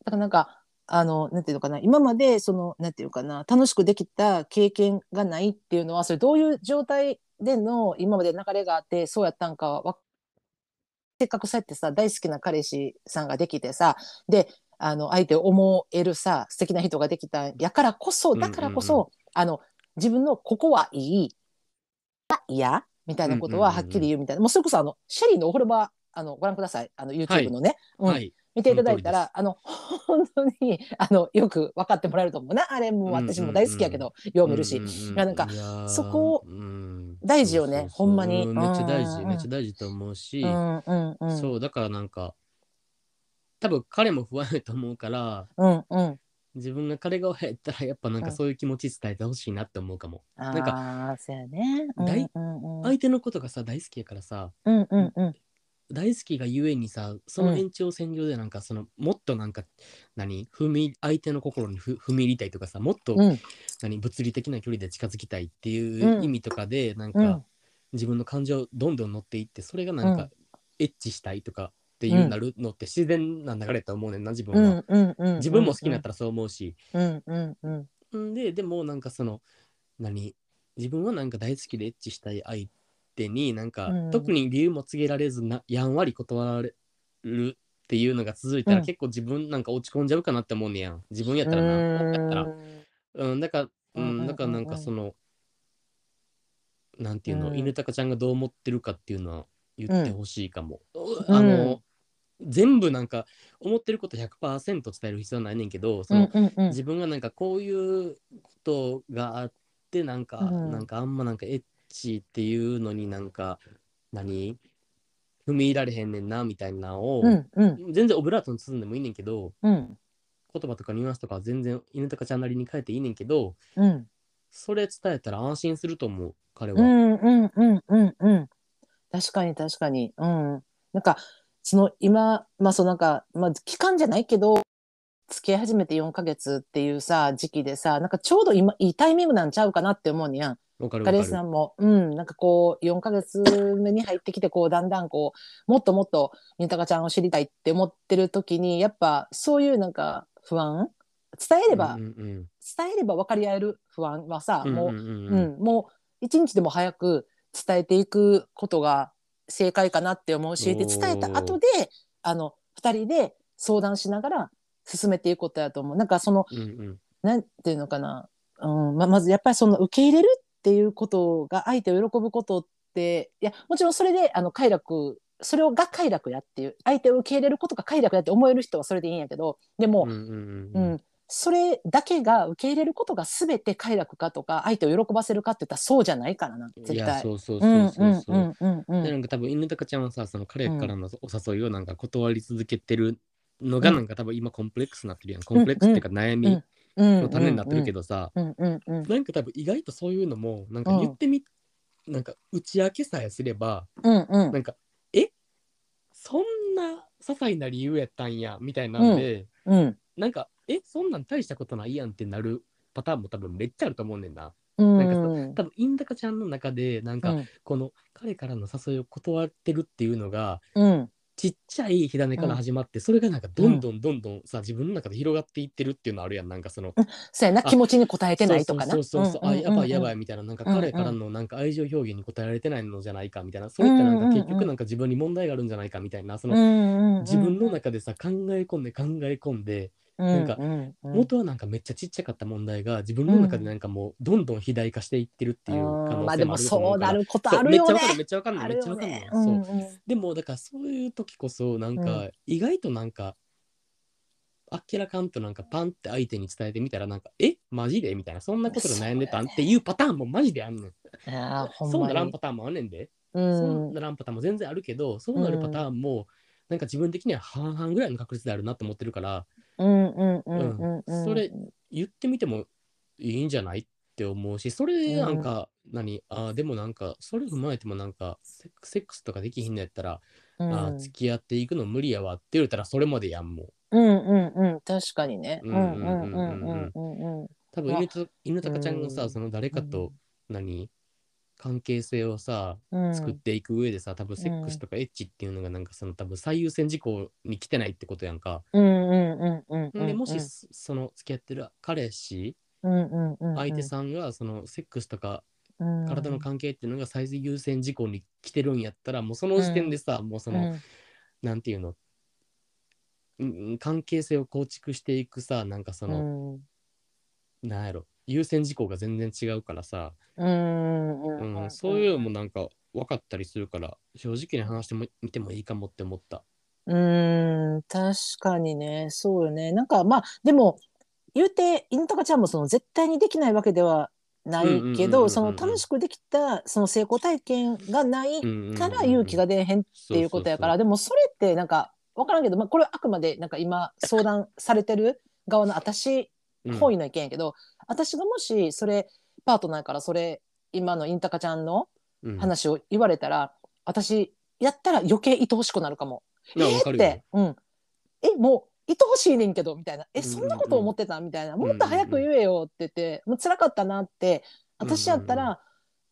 Speaker 2: からなんか、あの、なんていうのかな、今までその、なんていうかな、楽しくできた経験がないっていうのは、それどういう状態での今まで流れがあって、そうやったんかはわ、せっかくそうやってさ、大好きな彼氏さんができてさ、で、あの、相手を思えるさ、素敵な人ができたんやからこそ、だからこそ、
Speaker 1: うんう
Speaker 2: あの、自分のここはいい、いやみたいなことははっきり言うみたいな、もうそれこそあのシェリーのお風呂場あのご覧くださいあの YouTube のね、うん
Speaker 1: はい。
Speaker 2: 見ていただいたらあの 本当にあのよく分かってもらえると思うなあれもう私も大好きやけど、よう見るし、
Speaker 1: い
Speaker 2: やなんかそこを大
Speaker 1: 大
Speaker 2: 事よねほんまに
Speaker 1: めっちゃ大事
Speaker 2: うん
Speaker 1: めっちゃ大事と思うし
Speaker 2: う、んうんうん
Speaker 1: そうだからなんか多分彼も不安やと思うから
Speaker 2: うんうん
Speaker 1: 自分が彼が減ったらやっぱなんかそういう気持ち伝えてほしいなって思うかも。
Speaker 2: あ
Speaker 1: ん
Speaker 2: あそうやねうん
Speaker 1: 大
Speaker 2: うんうん
Speaker 1: 相手のことがさ大好きやからさ
Speaker 2: うんうんうん
Speaker 1: 大好きがゆえにさその延長線上でなんかその、もっとなんか何踏み相手の心にふ踏み入りたいとかさもっと、
Speaker 2: うん
Speaker 1: 何物理的な距離で近づきたいってい
Speaker 2: うん
Speaker 1: う意味とかで、なんか、
Speaker 2: うん
Speaker 1: 自分の感情どんどん乗っていってそれがなんか、
Speaker 2: うん
Speaker 1: エッチしたいとかっていうなるのって自然な流れだと思うねんな自分
Speaker 2: う
Speaker 1: は、
Speaker 2: んうんうん
Speaker 1: 自分も好きになったらそう思うし、
Speaker 2: うんうんうん
Speaker 1: んででもなんかその何自分はなんか大好きでエッチしたい相手になんか、
Speaker 2: うん
Speaker 1: 特に理由も告げられずなやんわり断られるっていうのが続いたら、
Speaker 2: うん
Speaker 1: 結構自分なんか落ち込んじゃうかなって思うねやん自分やったらな、
Speaker 2: う
Speaker 1: やったら
Speaker 2: ん
Speaker 1: うん、だから、う、
Speaker 2: うんうんうんうんん
Speaker 1: だからなんかその、なんていうの、
Speaker 2: うん
Speaker 1: 犬鷹ちゃんがどう思ってるかっていうのは言ってほしいかも。
Speaker 2: ん
Speaker 1: あの、全部なんか思ってること100%伝える必要はないねんけど、その、
Speaker 2: うんうん
Speaker 1: 自分がなんかこういうことがあって、なんか、
Speaker 2: うん
Speaker 1: なんかあんまなんかエッチっていうのになんか、何踏み入られへんねんなみたいなのを、
Speaker 2: うんうん
Speaker 1: 全然オブラートに包んでもいいねんけど、
Speaker 2: うん
Speaker 1: 言葉とかニュアンスとかは全然犬鷹ちゃんなりに変えていいねんけど、
Speaker 2: うん
Speaker 1: それ伝えたら安心すると思う彼は。
Speaker 2: うんうんうんうんうん。確かに確かに。うん。なんか、その今、まあそのなんか、まあ期間じゃないけど、付き合い始めて4ヶ月っていうさ、時期でさ、なんかちょうど今、いいタイミングなんちゃうかなって思うにやん。
Speaker 1: わかるわ
Speaker 2: 彼
Speaker 1: か
Speaker 2: 氏さ
Speaker 1: る。
Speaker 2: んも、うん、なんかこう、4ヶ月目に入ってきて、こう、だんだんこう、もっともっと、ゆたかちゃんを知りたいって思ってる時に、やっぱ、そういうなんか、不安伝えれば、
Speaker 1: うんうん
Speaker 2: 伝えれば分かり合える不安はさ、
Speaker 1: うん、
Speaker 2: もう
Speaker 1: うんうんうん
Speaker 2: うん、もう一日でも早く伝えていくことが正解かなって思うしで
Speaker 1: おー
Speaker 2: 伝えた後であの2人で相談しながら進めていくことやと思うなんかその
Speaker 1: うんうん
Speaker 2: なんていうのかな、うんままずやっぱりその受け入れるっていうことが相手を喜ぶことっていやもちろんそれであの快楽それをが快楽やっていう相手を受け入れることが快楽やって思える人はそれでいいんやけどでも、
Speaker 1: うんうんう
Speaker 2: うん
Speaker 1: うん
Speaker 2: ん、それだけが受け入れることが全て快楽かとか相手を喜ばせるかって言ったらそうじゃないからな絶
Speaker 1: いや
Speaker 2: 対。
Speaker 1: そうそう
Speaker 2: う
Speaker 1: そ
Speaker 2: ん
Speaker 1: う
Speaker 2: う
Speaker 1: そうんそうう。
Speaker 2: んうんう
Speaker 1: でなんんか多分犬高ちゃんはさその彼からのお誘いをなんか断り続けてるのが
Speaker 2: うん
Speaker 1: なんか多分今コンプレックスになってるやんコンプレックスっていうか悩み
Speaker 2: うん
Speaker 1: の種になってるけ
Speaker 2: ど。
Speaker 1: どさ
Speaker 2: うんうんうん
Speaker 1: なんか多分意外とそういうのもなんか言ってみなんか打ち明けさえすれば
Speaker 2: うんうん
Speaker 1: なんかえそんな些細な理由やったんやみたいなんで。
Speaker 2: うん
Speaker 1: なんか、え、そんなん大したことないやんってなるパターンも多分めっちゃあると思うねんな。
Speaker 2: うん
Speaker 1: なんか多分、インダカちゃんの中で、なんか、
Speaker 2: うん
Speaker 1: この彼からの誘いを断ってるっていうのが、ちっちゃい火種から始まって、それがなんかどんどんどんどんさ、自分の中で広がっていってるっていうのあるやんなんかその
Speaker 2: そうやな気持ちに応えてないとかな
Speaker 1: そうそうそうそう、あやばいやば
Speaker 2: い
Speaker 1: いみたいななんか彼からのなんか愛情表現に応えられてないのじゃないかみたいな、そういったなんか結局なんか自分に問題があるんじゃないかみたいなその、自分の中でさ考え込んで考え込んでなんか元はなんかめっちゃちっちゃかった問題が自分の中でなんかもうどんどん肥大化していってるっていう可能性も
Speaker 2: ま
Speaker 1: あ
Speaker 2: あ
Speaker 1: る
Speaker 2: で
Speaker 1: と思う
Speaker 2: もそう
Speaker 1: から
Speaker 2: なること
Speaker 1: そう
Speaker 2: あるよね
Speaker 1: めっちゃわかんないめっちゃわかんないめっちゃわかんない、そうでもだからそういう時こそなん
Speaker 2: う
Speaker 1: か意外となんか、あっけらかんとなんかパンって相手に伝えてみたらなんか「えマジで?」みたいなそんなことで悩んでたんっていうパターンもマジであんねん。
Speaker 2: いやーほん
Speaker 1: そうな
Speaker 2: ま
Speaker 1: らん
Speaker 2: に
Speaker 1: パターンもあんねんで、
Speaker 2: う
Speaker 1: そうんならんパターンも全然あるけどそうなるパターンもなんか自分的には半々ぐらいの確率であるなと思ってるから
Speaker 2: うんうんうんうんうん
Speaker 1: それ言ってみてもいいんじゃないって思うしそれなんか何、あーでもなんかそれ踏まえてもなんかセックセックスとかできひんのやったら
Speaker 2: うん
Speaker 1: あー付き合っていくの無理やわって言うたらそれまでやんもう
Speaker 2: うんうんうん確かにね
Speaker 1: う
Speaker 2: うんん
Speaker 1: う
Speaker 2: うんん
Speaker 1: う
Speaker 2: う
Speaker 1: う
Speaker 2: んんうんん
Speaker 1: う
Speaker 2: うんんうん
Speaker 1: 多分
Speaker 2: まあ
Speaker 1: 犬と犬高ちゃんが
Speaker 2: う
Speaker 1: さ
Speaker 2: ん
Speaker 1: その誰かと何関係性をさ
Speaker 2: うん
Speaker 1: 作っていく上でさ多分セックスとかエッチっていうのがなんかその多分最優先事項に来てないってことやんか。
Speaker 2: うんうんうんうん
Speaker 1: でもしそその付き合ってる彼氏
Speaker 2: うんうんうんうん
Speaker 1: 相手さんがそのセックスとか
Speaker 2: うん
Speaker 1: 体の関係っていうのが最優先事項に来てるんやったらもうその時点でさもうそのなんていうのうん関係性を構築していくさなんかそ
Speaker 2: うん
Speaker 1: の
Speaker 2: うん
Speaker 1: なんやろ優先事項が全然違うからさ、
Speaker 2: うんうん
Speaker 1: う、
Speaker 2: うんん
Speaker 1: そういうのもなんか分かったりするから正直に話してもみてもいいかもって思った。
Speaker 2: うーん、確かにね、そうよね。なんかまあ、でも、言うて、犬とかちゃんもその絶対にできないわけではな
Speaker 1: うんうんうんうん
Speaker 2: い
Speaker 1: うん
Speaker 2: け
Speaker 1: うん
Speaker 2: ど、その楽しくできた、その成功体験がないから勇気が
Speaker 1: 出
Speaker 2: 出えへんっ
Speaker 1: って
Speaker 2: いうことやから、でもそれってなんか、わからんけど、まあこれはあくまでなんか今相談されてる側の私本位の意見やけど、私がもしそれ、パートナーからそれ、今のインタカちゃんの話を言われたら、私、やったら余計愛おしくなるかも。
Speaker 1: が分
Speaker 2: え
Speaker 1: かる
Speaker 2: っ
Speaker 1: よ
Speaker 2: て、うん、えもう愛おしいねんけどみたいなえ
Speaker 1: うんうんうん
Speaker 2: そんなこと思ってたみたいなもっと早く言えよって言って、もう辛かったなって私やった
Speaker 1: うんうん
Speaker 2: ら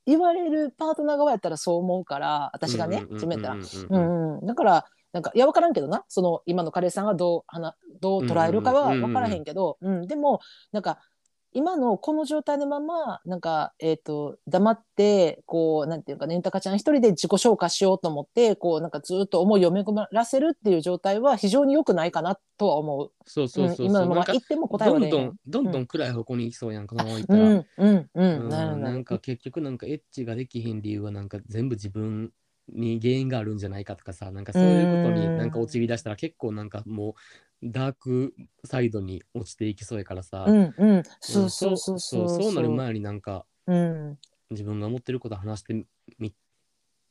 Speaker 2: 言われるパートナー側やったらそう思うから私がね
Speaker 1: うんうん
Speaker 2: 自
Speaker 1: うんう
Speaker 2: 分や
Speaker 1: ん
Speaker 2: った
Speaker 1: う
Speaker 2: ら。う
Speaker 1: ん
Speaker 2: んうんだからなんかいや分からんけどなその今の彼氏さんがどうはなどう捉えるかは分からへんけど、うんでもなんか今のこの状態のままなんか、えっと黙ってこうなんていうかね豊ちゃん一人で自己消化しようと思ってこうなんかずっと思いをめぐらせるっていう状態は非常に良くないかなとは思う。
Speaker 1: そうそうそうそう、
Speaker 2: ん、今のま
Speaker 1: な
Speaker 2: ま
Speaker 1: んか
Speaker 2: 言っても答え
Speaker 1: ど
Speaker 2: は
Speaker 1: ん
Speaker 2: ね
Speaker 1: どんどんどん暗い方向に行きそうやんこのまま行った
Speaker 2: う
Speaker 1: ら、
Speaker 2: んうんう
Speaker 1: うんん
Speaker 2: なるほど
Speaker 1: なんか結局なんかエッチができへん理由はなんか全部自分に原因があるんじゃないかとかさなんかそういうことに
Speaker 2: うん
Speaker 1: なんか陥り出したら結構なんかもうダークサイドに落ちていきそうやからさ、
Speaker 2: うんんうんそうそうそう
Speaker 1: そうそうなる前になんか
Speaker 2: うん
Speaker 1: 自分が思ってること話してみ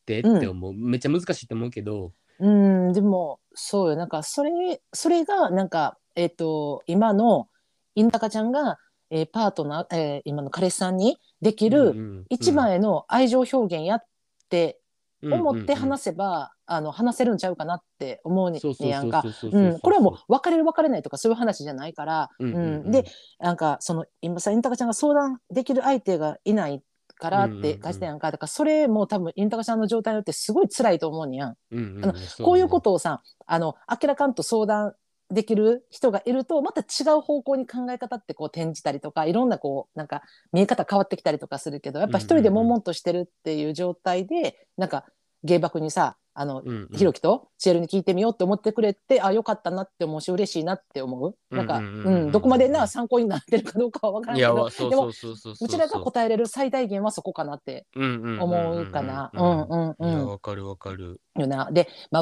Speaker 1: てって思う、めっちゃ難しいと思うけど、
Speaker 2: うん、でも、そうよ。なんか、それ、それが、なんか、えっと、今の、インタカちゃんが、えーパートナー、えー今の彼氏さんにでき
Speaker 1: うん
Speaker 2: る、
Speaker 1: うん
Speaker 2: 一番への愛情表現やって
Speaker 1: うん
Speaker 2: 思って話
Speaker 1: す
Speaker 2: せば、あの、話せるんちゃうかなって思うね
Speaker 1: そうそう
Speaker 2: やん
Speaker 1: そう
Speaker 2: か。
Speaker 1: そうそうそう
Speaker 2: うん、これはもう、別れる別れないとか、そういう話じゃないから、
Speaker 1: うんうんうん
Speaker 2: で、なんか、その、今さ、インタカちゃんが相談できる相手がいないから
Speaker 1: う
Speaker 2: っ
Speaker 1: んうんう
Speaker 2: て
Speaker 1: ん
Speaker 2: 出したやんか。だから、それも多分、インタカちゃんの状態によってすごい辛いと思うねやん。
Speaker 1: うんうんうん
Speaker 2: あの
Speaker 1: そ
Speaker 2: こういう
Speaker 1: と
Speaker 2: ことをさ、あの、明らかんと相談できる人がいると、また違う方向に考え方ってこう転じたりとか、いろんなこう、なんか見え方変わってきたりとかするけど、やっぱ一人で悶々としてるっていう状態で、なんか芸爆にさ、あの、
Speaker 1: うんうん
Speaker 2: ひろきとチエルに聞いてみようって思ってくれて、あ、よかったなって思うし、嬉しいなって思う。なんか、
Speaker 1: う
Speaker 2: うん
Speaker 1: うんうん
Speaker 2: ん
Speaker 1: うん
Speaker 2: どこまでな、参考になってるかどうかはわからん
Speaker 1: い
Speaker 2: け
Speaker 1: や
Speaker 2: ど、
Speaker 1: わそう
Speaker 2: で
Speaker 1: そ
Speaker 2: も
Speaker 1: う、そうそうそう
Speaker 2: うちらが答えれる最大限はそこかなって思
Speaker 1: 思
Speaker 2: うかな。うんうんうん。
Speaker 1: いやわかるわかる。
Speaker 2: よな。で、ま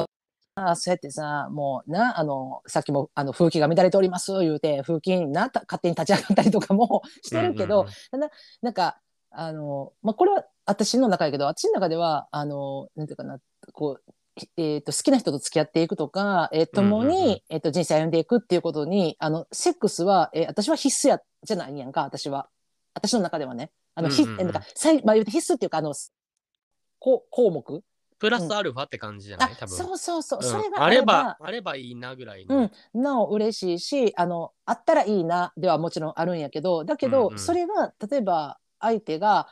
Speaker 2: あ、そうやってさ、もうな、あの、さっきも、あの、風紀が乱れております、言うて、風紀にな、た勝手に立ち上がったりとかも してるけど、
Speaker 1: うん
Speaker 2: なんか、あの、まあ、これは私の中やけど、私の中では、あの、なんていうかな、こう、ひえー、と好きな人と付き合っていくとか、えー、共に、
Speaker 1: うんうんうん
Speaker 2: えー、と人生歩んでいくっていうことにあのセックスは、えー私は必須やじゃないんやんか私は私の中ではねあの、ひ
Speaker 1: うんうんうん
Speaker 2: なんか最、まあ、言うて必須っていうかあのこう項目、
Speaker 1: プラスアルファって感じじゃない多
Speaker 2: あ
Speaker 1: 分。
Speaker 2: そうそうそう、
Speaker 1: うん
Speaker 2: それが
Speaker 1: あ
Speaker 2: あ
Speaker 1: れ
Speaker 2: れ
Speaker 1: ば
Speaker 2: ば、
Speaker 1: あればいいなぐらいの。
Speaker 2: うん、なお嬉しいしあのあったらいいなではもちろんあるんやけどだけど、
Speaker 1: うんうん
Speaker 2: それが例えば相手が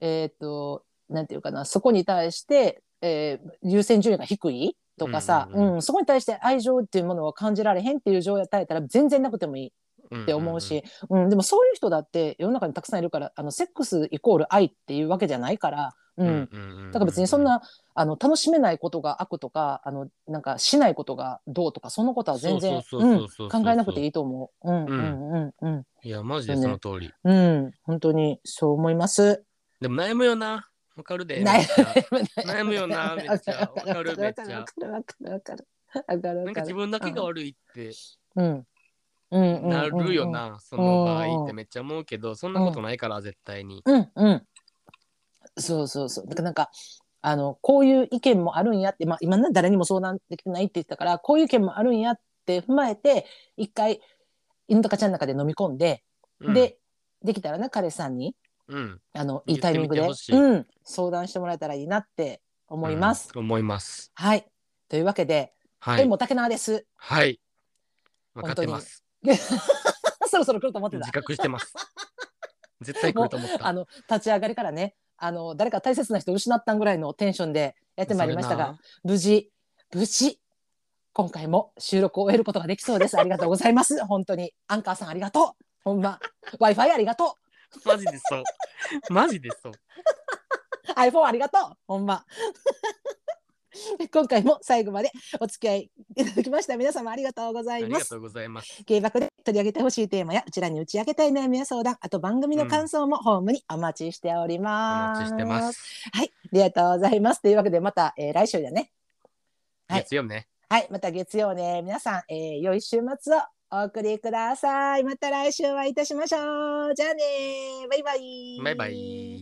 Speaker 2: えっ、となんていうかなそこに対して、えー優先順位が低いとかさ、
Speaker 1: う
Speaker 2: うんん
Speaker 1: うんうん
Speaker 2: そこに対して愛情っていうものは感じられへんっていう状態やったら全然なくてもいい
Speaker 1: っ
Speaker 2: って思うし、うんでもそういう人だって世の中にたくさんいるからあのセックスイコール愛っていうわけじゃないから、うんだから別にそんな、あの楽しめないことが悪とかあのなんかしないことがどうとかそのことは全然
Speaker 1: そうそう
Speaker 2: う
Speaker 1: そ
Speaker 2: ん
Speaker 1: うそうそう
Speaker 2: 考えなくていいと思う。うんうんうんうん
Speaker 1: いやマジでその通り、
Speaker 2: うん、本当にそう思います。
Speaker 1: でも悩むよなわかるで
Speaker 2: 悩
Speaker 1: めっちゃ 悩むよなめっちゃわかるめっちゃ
Speaker 3: わかるわかるわかるわかる
Speaker 1: なんか自分だけが悪いって
Speaker 2: うん、うんうんうんうん
Speaker 1: なるよな、その場合っ
Speaker 2: う
Speaker 1: て
Speaker 2: ん
Speaker 1: めっちゃ思うけどそんなことないから絶対に、
Speaker 2: うんうん。そうそうそう。だからなんか、あの、こういう意見もあるんやって、まあ今な誰にも相談できてないって言ってたから、こういう意見もあるんやって踏まえて、一回、犬とかちゃんの中で飲み込んで、
Speaker 1: うん、
Speaker 2: で、できたらな、彼さんに、
Speaker 1: うん、
Speaker 2: あの、い
Speaker 1: 言
Speaker 2: い
Speaker 1: ってみて
Speaker 2: タイミングで、
Speaker 1: ほしい
Speaker 2: うん、相談してもらえたらいいなって思います。
Speaker 1: うん思います
Speaker 2: はい。というわけで、
Speaker 1: は
Speaker 2: え
Speaker 1: い
Speaker 2: もたけなわです。
Speaker 1: はい分かってます
Speaker 2: そろそろ来ると思ってた
Speaker 1: 自。覚して ます絶対来ると思った
Speaker 2: あの、立ち上がりからね、あの、誰か大切な人失ったんぐらいのテンションでやってまいりましたが、無事、無事、今回も収録を終えることができそうです。ありがとうございます。本当に。アンカーさんありがとう。ほんま。Wi-Fi ありがと
Speaker 1: それなマジでそう マジでそう
Speaker 2: う。iPhone ありがとう。ほんま。今回も最後までお付き合いいただきました。皆様ありがとうござ
Speaker 1: あ
Speaker 2: い
Speaker 1: り
Speaker 2: ま
Speaker 1: が
Speaker 2: す
Speaker 1: と。うございます
Speaker 2: 芸爆で取り上げてほしいテーマや、うちらに打ち明けたい悩みや相談、あと番組の感想もホームにお待ちしており
Speaker 1: お
Speaker 2: ます。
Speaker 1: 待ちしてます
Speaker 2: はい。ありがとうございます。というわけで、また、えー来週だね。はい
Speaker 1: 月曜ね
Speaker 2: はい、また月曜ね、皆さん、えー、良い週末をお送りください。また来週お会いいたしましょう。じゃあねバイバイ。
Speaker 1: バイバイ